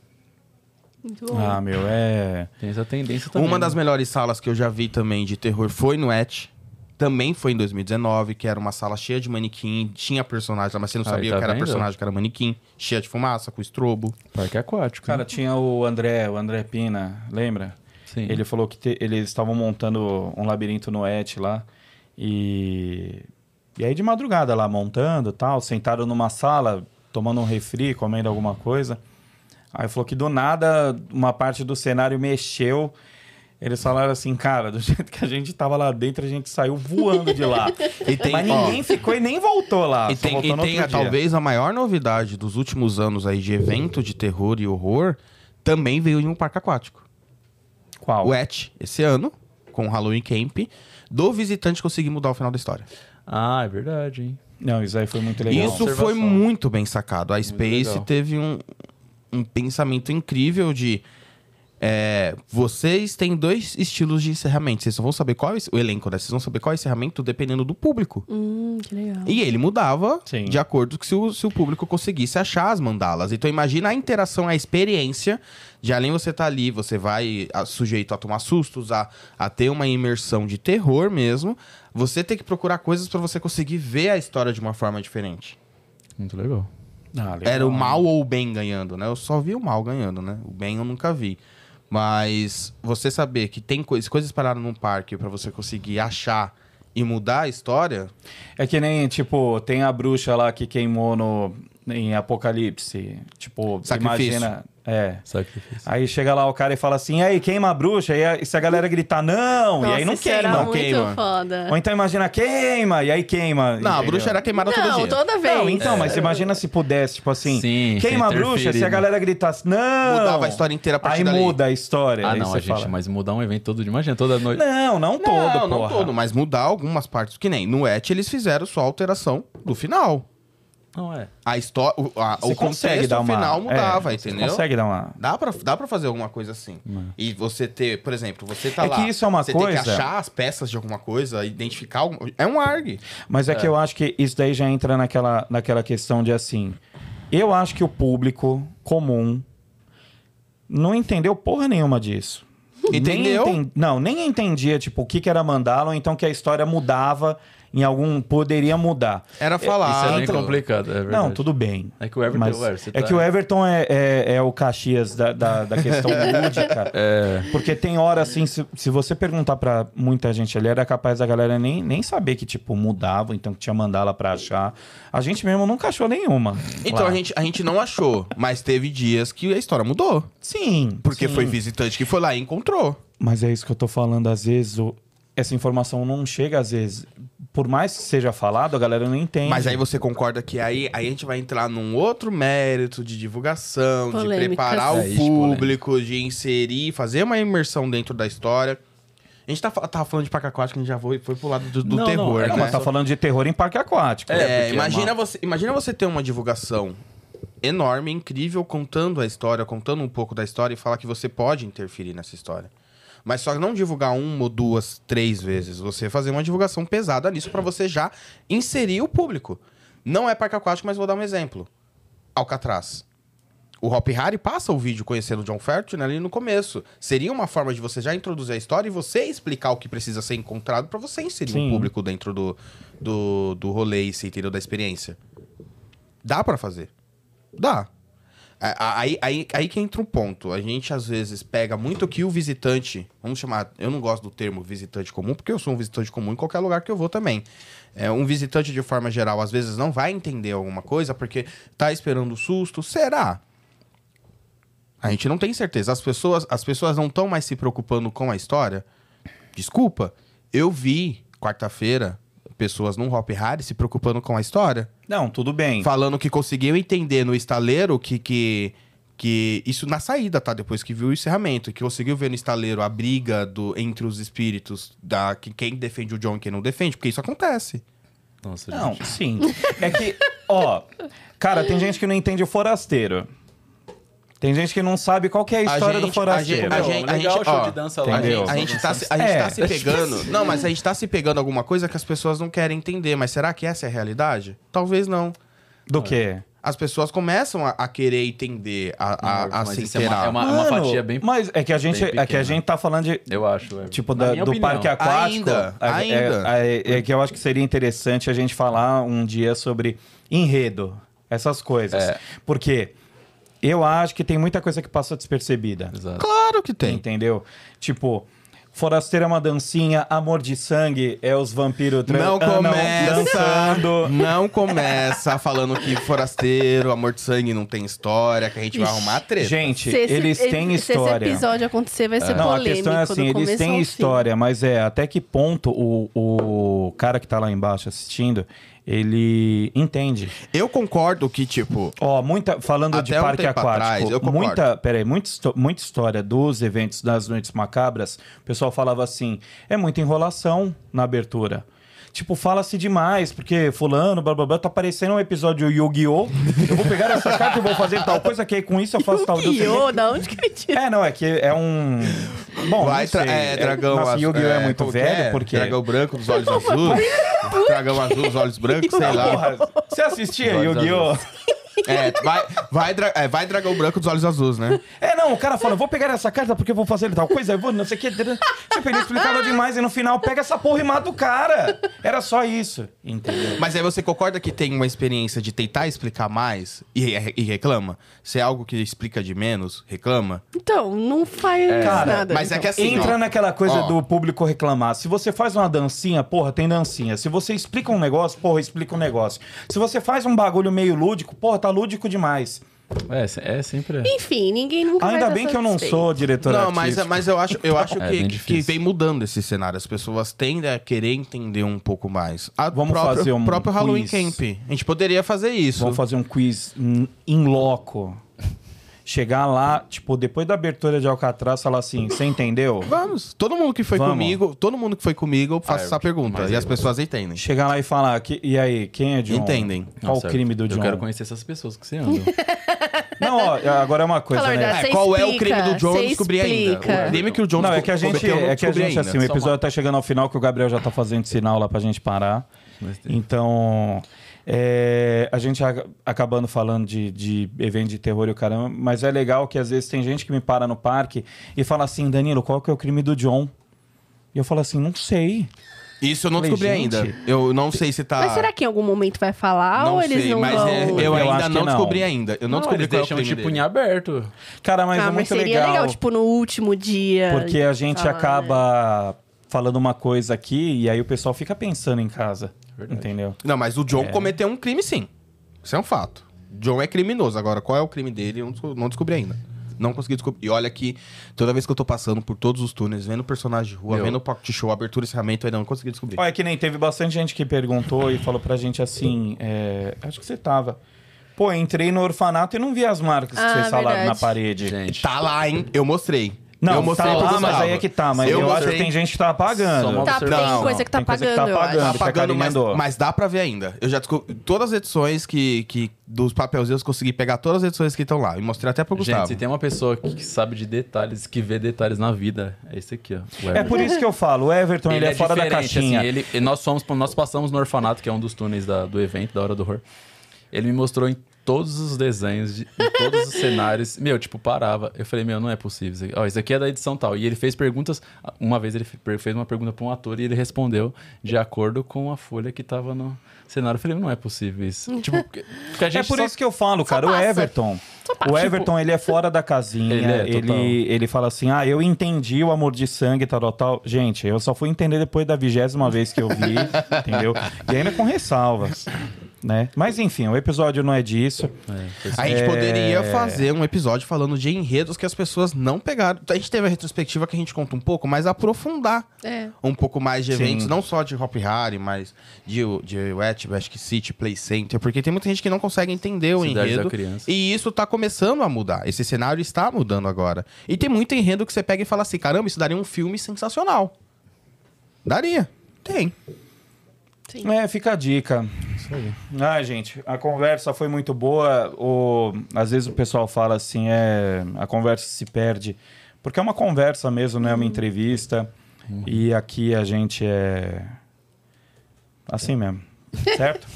Muito bom.
Ah, meu, é.
Tem essa tendência também.
Uma das
né?
melhores salas que eu já vi também de terror foi no Et. Também foi em 2019, que era uma sala cheia de manequim, tinha personagem lá, mas você não
Aí,
sabia
tá
o que era
vendo?
personagem, o que era manequim, cheia de fumaça, com estrobo.
Parque aquático.
Cara, tinha o André, o André Pina, lembra?
né? Sim.
Ele falou que te- eles estavam montando um labirinto no Et lá. E... e aí de madrugada lá montando e tal, sentaram numa sala, tomando um refri, comendo alguma coisa. Aí falou que do nada uma parte do cenário mexeu. Eles falaram assim, cara, do jeito que a gente tava lá dentro, a gente saiu voando de lá.
E tem-
Mas
ó.
ninguém ficou e nem voltou lá.
e
Ah, só
tem,
voltou
e
no
tem a-
outro dia.
talvez a maior novidade dos últimos anos aí de evento de terror e horror, também veio em um parque aquático.
Qual?
O Et, esse ano, com o Halloween Camp, do visitante conseguir mudar o final da história.
Ah, é verdade, hein?
Não, isso aí foi muito legal.
Isso
Observação.
foi muito bem sacado. A Space
legal.
teve um, um pensamento incrível de. é, vocês têm dois estilos de encerramento. Vocês só vão saber qual é o elenco, né? Vocês vão saber qual é o encerramento dependendo do público.
Hum,
Uhum.
que legal.
E ele mudava
Sim.
de acordo com se o, se o público conseguisse achar as mandalas. Então imagina a interação, a experiência de além você tá ali, você vai a- sujeito a tomar sustos, a, a ter uma imersão de terror mesmo. Você tem que procurar coisas pra você conseguir ver a história de uma forma diferente.
Muito legal.
Ah, legal.
Era o mal ou o bem ganhando, né? Eu só vi o mal ganhando, né? O bem eu nunca vi. Mas você saber que tem coisas, coisas pararam num parque pra você conseguir achar e mudar a história,
É que nem, tipo, tem a bruxa lá que queimou no, em Apocalipse. Tipo,
Sacrifício.
imagina. É.
Sacrifício.
Aí chega lá o cara e fala assim: aí, queima a bruxa. E, a- e se a galera gritar, não,
Nossa,
e aí não
isso era
queima.
muito
queima.
foda.
Ou então imagina, queima, e aí queima.
Não, a
entendeu?
bruxa era queimada todo
Não,
dia.
toda vez.
Não, então, mas imagina se pudesse, tipo assim,
Sim,
queima a
interferir,
bruxa, se a
né?
galera gritasse, não.
Mudava a história inteira a partir
Aí
dali.
muda a história.
Ah,
aí
não,
você
a gente,
fala, Né?
mas mudar um evento todo dia. Imagina, toda noite.
Não, não todo,
não, não
porra.
todo, mas mudar algumas partes. Que nem no Et eles fizeram só a alteração do final.
Não, é.
A história, o, a,
Você
o contexto
dar uma-
final mudava,
é, você
entendeu?
Consegue dar uma.
Dá pra, dá pra fazer alguma coisa assim. E você ter, por exemplo, você tá
É
lá.
que isso é uma
você tem que
coisa-
achar as peças de alguma coisa, identificar alguma... É um ARG.
Mas é, que eu acho que isso daí já entra naquela, naquela questão de assim. Eu acho que o público comum não entendeu porra nenhuma disso.
Entendeu?
Nem enten- Não, nem entendia, tipo, o que, que era mandala, ou então que a história mudava em algum. poderia mudar.
Era falar.
Isso é bem complicado, é verdade.
Ah, Não, tudo bem.
É que o Everton-
Mas
o Everton, você
é
tá-
que o Everton é, é- é o Caxias da, da, da questão lúdica.
É.
Porque tem hora assim, se, se você perguntar pra muita gente ali, era capaz da galera nem, nem saber que, tipo, mudava, então que tinha mandala pra achar. A gente mesmo nunca achou nenhuma.
Então
lá.
a gente, a gente não achou, mas teve dias que a história mudou.
Sim.
Porque
sim.
foi visitante que foi lá e encontrou.
Mas é isso que eu tô falando, às vezes o- essa informação não chega, às vezes, por mais que seja falado, a galera não entende.
Mas aí você concorda que aí, aí a gente vai entrar num outro mérito de divulgação, de
Polêmicas.
preparar
É,
o
isso,
público, de inserir, fazer uma imersão dentro da história. A gente tá, fa- tava falando de Parque Aquático, a gente já foi, foi pro lado do, do
Não, não,
terror,
é
Não,
né?
mas tá falando de terror em parque aquático.
É,
É,
porque
imagina,
é
você, imagina você ter uma divulgação enorme, incrível, contando a história, contando um pouco da história e falar que você pode interferir nessa história. Mas só não divulgar uma ou duas, três vezes. Você fazer uma divulgação pesada nisso pra você já inserir o público. Não é parque aquático, mas vou dar um exemplo. Alcatraz. O Hop Harry passa o vídeo conhecendo o John Fertin ali no começo. Seria uma forma de você já introduzir a história e você explicar o que precisa ser encontrado pra você inserir o
Sim.
público dentro do, do, do rolê e se entendeu da experiência. Dá pra fazer. Dá. É, A- a- Aí, aí, aí que entra um ponto. A gente às vezes pega muito que o visitante. Vamos chamar. Eu não gosto do termo visitante comum, porque eu sou um visitante comum em qualquer lugar que eu vou também. É, um visitante, de forma geral, às vezes não vai entender alguma coisa porque tá esperando o susto. Será? A gente não tem certeza. As pessoas, as pessoas não estão mais se preocupando com a história. Desculpa, eu vi quarta-feira pessoas num Hop Harry se preocupando com a história.
Não, tudo bem.
Falando que conseguiu entender no estaleiro que, que, que. Isso na saída, tá? Depois que viu o encerramento. Que conseguiu ver no estaleiro a briga do, entre os espíritos da que quem defende o John e quem não defende, porque isso acontece.
Nossa,
Não,
gente.
sim. É que, ó, cara, tem gente que não entende o forasteiro. Tem gente que não sabe qual que é a história do
gente-
forasteiro.
A
Meu,
gente, a
legal
gente,
o show
ó,
de dança lá.
a gente-
entendeu?
A gente tá, se- a gente
É.
tá se pegando. Não, mas a gente tá se pegando alguma coisa que as pessoas não querem entender. Mas será que essa é a realidade? Talvez não.
Do quê?
As pessoas começam a, a querer entender, a, a, a
Mas
se
isso é uma-
inteirar.
é uma- uma
Mano,
fatia bem-
Mas é que a gente,
bem
é que a
pequena.
gente tá falando de,
Eu acho. é.
tipo,
Na
da-
minha
do
opinião.
parque aquático.
Ainda,
É- é-
ainda.
É, é que eu acho que seria interessante a gente falar um dia sobre enredo, essas coisas.
É.
Porque eu acho que tem muita coisa que passa despercebida.
Exato.
Claro que tem.
Entendeu? Tipo, Forasteira é uma dancinha, Amor de Sangue é os vampiros tran-
Não
Ah,
andam
começa,
dançando.
não começa falando que forasteiro, amor de sangue não tem história, que a gente vai
Ixi.
arrumar treta.
Gente,
Se esse-
eles
esse-
têm
Se
história.
esse episódio acontecer, vai ser
Não, a
polêmico.
questão é assim,
do
eles
começo ao
têm
fim.
história, mas é até que ponto o, o cara que tá lá embaixo assistindo, ele entende.
Eu concordo que, tipo,
Ó, muita. Falando de
Até um
parque
tempo
aquático,
atrás, eu concordo.
muita. Peraí, muita, histó- muita história dos eventos das noites macabras, o pessoal falava assim: é muita enrolação na abertura. Tipo, fala-se demais, porque fulano, blá blá blá, tá parecendo um episódio Yu-Gi-Oh! Eu vou pegar essa carta e vou fazer tal coisa, que aí com isso eu faço tal desse jeito.
Yu-Gi-Oh! Da onde que ele tirou?
É, não, é que é um. Bom,
vai
não sei.
tra- é, dragão
Nossa,
azul.
Yu-Gi-Oh! é, muito
como que
velho,
é?
porque.
Dragão branco dos olhos azuis. dragão azul dos olhos brancos, sei lá.
Porra, você assistia
Olhos
Yu-Gi-Oh!
É, vai, vai, dra- é, vai dragão branco dos olhos azuis, né?
É, não, o cara fala, vou pegar essa carta porque eu vou fazer tal coisa, eu vou não sei o que. Tipo, ele explicava demais e no final pega essa porra e mata o cara. Era só isso, entendeu?
Mas aí você concorda que tem uma experiência de tentar explicar mais e, re- e reclama? Se é algo que explica de menos, reclama?
Então, não faz
Cara,
nada.
mas é
então.
que assim,
Entra
ó,
naquela coisa
ó.
do público reclamar. Se você faz uma dancinha, porra, tem dancinha. Se você explica um negócio, porra, explica um negócio. Se você faz um bagulho meio lúdico, porra, tá lúdico demais.
É, se- é sempre.
Enfim, ninguém nunca vai
Ainda
tá
bem que eu não
satisfeito.
sou diretora
Não, mas, é,
artística.
mas eu acho, eu acho
É,
que,
bem
que
difícil.
vem mudando esse cenário. As pessoas tendem a querer entender um pouco mais. A
Vamos
própria-
fazer um
próprio Halloween
quiz.
Camp. A gente poderia fazer isso.
Vamos fazer um quiz em- em loco. Chegar lá, tipo, depois da abertura de Alcatraz, falar assim, você entendeu?
Vamos. Todo mundo que foi
Vamos. É,
comigo, todo mundo que foi comigo, eu faço
Ah, eu-
essa pergunta.
mas
E
eu-
as pessoas entendem.
Chegar lá e falar, "Que- e aí, quem é John?
Entendem.
Qual
Nossa,
o crime do John?
Tá Eu quero conhecer essas pessoas que você anda.
Não, ó, agora é uma coisa,
Fala a
né?
verdade.
É,
Você
qual é o
explica,
crime do John? Eu
você
não descobri ainda.
explica.
O crime que o John
Não, é que a
descobriu,
gente,
eu
é
não
que a
descobri
gente
ainda.
assim, o
Só uma-
episódio tá chegando ao final, que o Gabriel já tá fazendo sinal lá pra gente parar.
Mas tem-
Então, é, a gente a- acabando falando de, de evento de terror e o caramba, mas é legal que às vezes tem gente que me para no parque e fala assim, Danilo, qual que é o crime do John? E eu falo assim, não sei.
Isso eu não
Falei,
descobri
gente.
ainda. Eu não sei se tá.
Mas será que em algum momento vai falar
não
ou eles
sei,
não
mas
vão?
é, eu,
Eu acho
ainda
que
não
não.
descobri ainda. Eu não, descobri
eles
qual é o
deixam,
crime
tipo,
dele.
em aberto.
Cara, mas
ah,
é
mas
muito
seria legal.
legal.
tipo, no último dia.
Porque a gente
falar, É, né?
acaba falando uma coisa aqui e aí o pessoal fica pensando em casa.
Verdade.
Entendeu?
Não, mas o John cometeu um é crime, sim. Isso é um fato. John é criminoso. Agora, qual é o crime dele? Eu não desco- não descobri ainda. Não consegui descobrir. E olha que toda vez que eu tô passando por todos os túneis, vendo personagem de rua,
Meu.
vendo o pocket show, abertura e encerramento, eu ainda não consegui descobrir.
Olha, que nem teve bastante gente que perguntou e falou pra gente assim: é, acho que você tava. Pô, entrei no orfanato e não vi as marcas que
Ah,
vocês falaram
verdade.
na parede.
Gente,
Tá lá, hein? Eu mostrei. eu
Não,
mostrei
tá
pro
lá,
Gustavo.
mas aí é que tá. Mas eu, acho que
mostrei.
tem gente que tá apagando.
Só uma
Tá,
Não,
tem coisa que tá
tem coisa que
pagando,
tá
eu acho.
pagando.
Tá
que a
apagando,
Karine
mas,
andou.
mas dá pra ver ainda. Eu já descobri todas as edições que, que dos papelzinhos, eu consegui pegar todas as edições que estão lá. E mostrei até pro Gustavo.
gente, se tem uma pessoa que que sabe de detalhes, que vê detalhes na vida, é esse aqui, ó. o
É
Everton.
por isso que eu falo, o Everton ele, é, fora da
diferente,
caixinha.
assim, ele- e nós, fomos, nós passamos no orfanato, que é um dos túneis da- do evento, da Hora do Horror. Ele me mostrou em todos os desenhos, de, em todos os cenários. Meu, tipo, parava. Eu falei, meu, não é possível. Isso aqui, ó, isso aqui é da edição tal. E ele fez perguntas. Uma vez ele fe- fez uma pergunta pra um ator e ele respondeu de acordo com a folha que tava no cenário. Eu falei, não é possível isso. tipo, porque porque a
É
gente
por
só-
isso que eu falo, cara, o
passa.
Everton. O
tipo
Everton, ele é fora da casinha.
Ele
Ele,
é, total.
ele, fala assim: ah, eu entendi o amor de sangue, tal, tal, tal. Gente, eu só fui entender depois da vigésima vez que eu vi, entendeu? E ainda com ressalvas, né? Mas enfim, o episódio não é disso.
A gente poderia fazer um episódio falando de enredos que as pessoas não pegaram. A gente teve a retrospectiva que a gente conta um pouco, mas aprofundar
É.
um pouco mais de
Sim.
eventos, não só de Hop Harry, mas de, de Wet, acho que City, Play Center, porque tem muita gente que não consegue entender o
Cidade da
enredo.
Criança.
E isso tá começando a mudar. Esse cenário está mudando agora. E tem muito enredo que você pega e fala assim: caramba, isso daria um filme sensacional. Daria. Tem.
Sim.
É, fica a dica. Ah, gente, a conversa foi muito boa. O, às vezes o pessoal fala assim, é, a conversa se perde. Porque é uma conversa mesmo, não é uma entrevista.
Uhum.
E aqui a gente é assim mesmo, certo?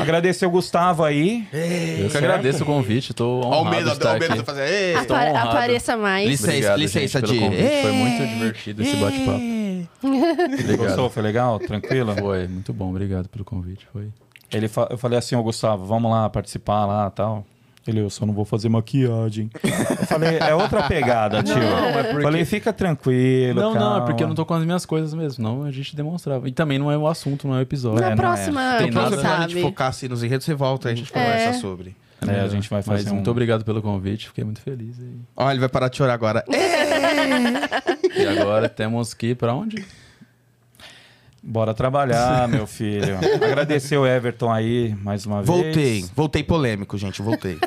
Agradecer o Gustavo aí.
Eu que agradeço o convite, tô honrado
Olha o medo,
de estar
olha o medo
aqui.
de fazer. "Ei,
Estou
Apare-
honrado.
Apareça mais.
Licença,
Obrigado,
licença,
gente, pelo
Di.
convite. Foi muito
Ei,
divertido esse bate-papo.
Gostou?
Obrigado.
Foi legal? Tranquilo?
Foi muito bom, obrigado pelo convite. Foi.
Ele fa- eu falei assim, ô Gustavo, vamos lá participar lá tal. Ele, eu só não vou fazer maquiagem. Eu falei, é outra pegada, tio.
é porque-
Falei, fica tranquilo.
Não, não, é
calma."
porque eu não tô com as minhas coisas mesmo. Não, a gente demonstrava. E também não é o assunto, não é o episódio.
Não,
Na
é.
próxima,
Tem
quem
nada-
Quando a gente
sabe.
focar assim nos enredos, você volta e a gente conversa sobre.
É
É,
melhor.
a gente vai fazer
Mas
um-
muito obrigado pelo convite, fiquei muito feliz. E,
Olha, ele vai parar de chorar agora.
e agora temos que ir pra onde?
Bora trabalhar, meu filho. Agradecer o Everton aí mais uma
Voltei,
vez.
voltei polêmico, gente, voltei.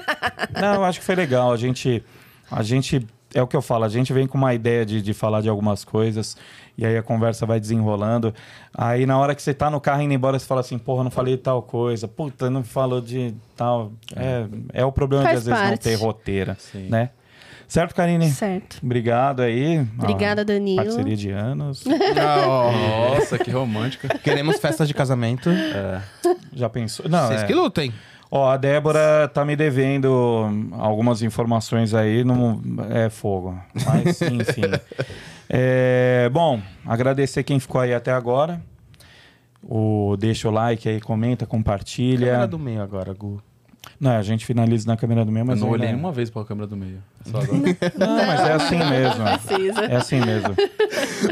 Não, eu acho que foi legal. A gente, a gente é o que eu falo. A gente vem com uma ideia de, de falar de algumas coisas e aí a conversa vai desenrolando. Aí na hora que você tá no carro indo embora, você fala assim: "Porra, não falei tal coisa. Puta, não falou de tal". É, é o problema
Faz
de às vezes não
parte.
ter roteira,
Sim.
né? Certo, Karine?
Certo.
Obrigado aí. Ah,
Obrigada, Danilo.
Parceria de anos.
Nossa, que romântica.
Queremos festas de casamento.
Já pensou? Não,
Vocês
é.
que lutem.
Ó, a Débora tá me devendo algumas informações aí, não é fogo. Mas, enfim. É, bom, agradecer quem ficou aí até agora. O, deixa o like aí, comenta, compartilha.
Câmera do meio agora, Gu.
Não, a gente finaliza na câmera do meio,
Eu
mas
não
aí,
olhei
né?
uma vez pra câmera do meio. É Só agora.
Não, mas é assim mesmo.
Precisa.
É assim mesmo.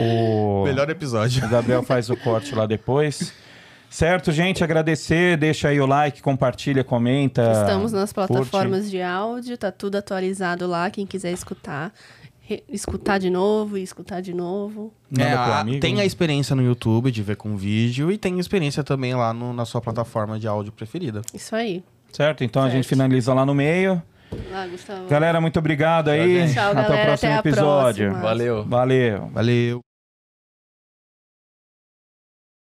O...
Melhor episódio.
O Gabriel faz o corte lá depois. Certo, gente? Agradecer, deixa aí o like, compartilha, comenta.
Estamos nas
curte.
plataformas de áudio, tá tudo atualizado lá, quem quiser escutar. Re- escutar de novo e escutar de novo.
Manda
É,
pro
a-
amigo. né?
tem a experiência no YouTube de ver com vídeo e tem experiência também lá no- na sua plataforma de áudio preferida.
Isso aí.
Certo? Então a
Certo.
gente finaliza lá no meio.
Lá, Gustavo.
Galera, muito obrigado aí.
Tchau,
até
galera,
o próximo
até a
episódio.
próxima.
Valeu.
Valeu.
Valeu.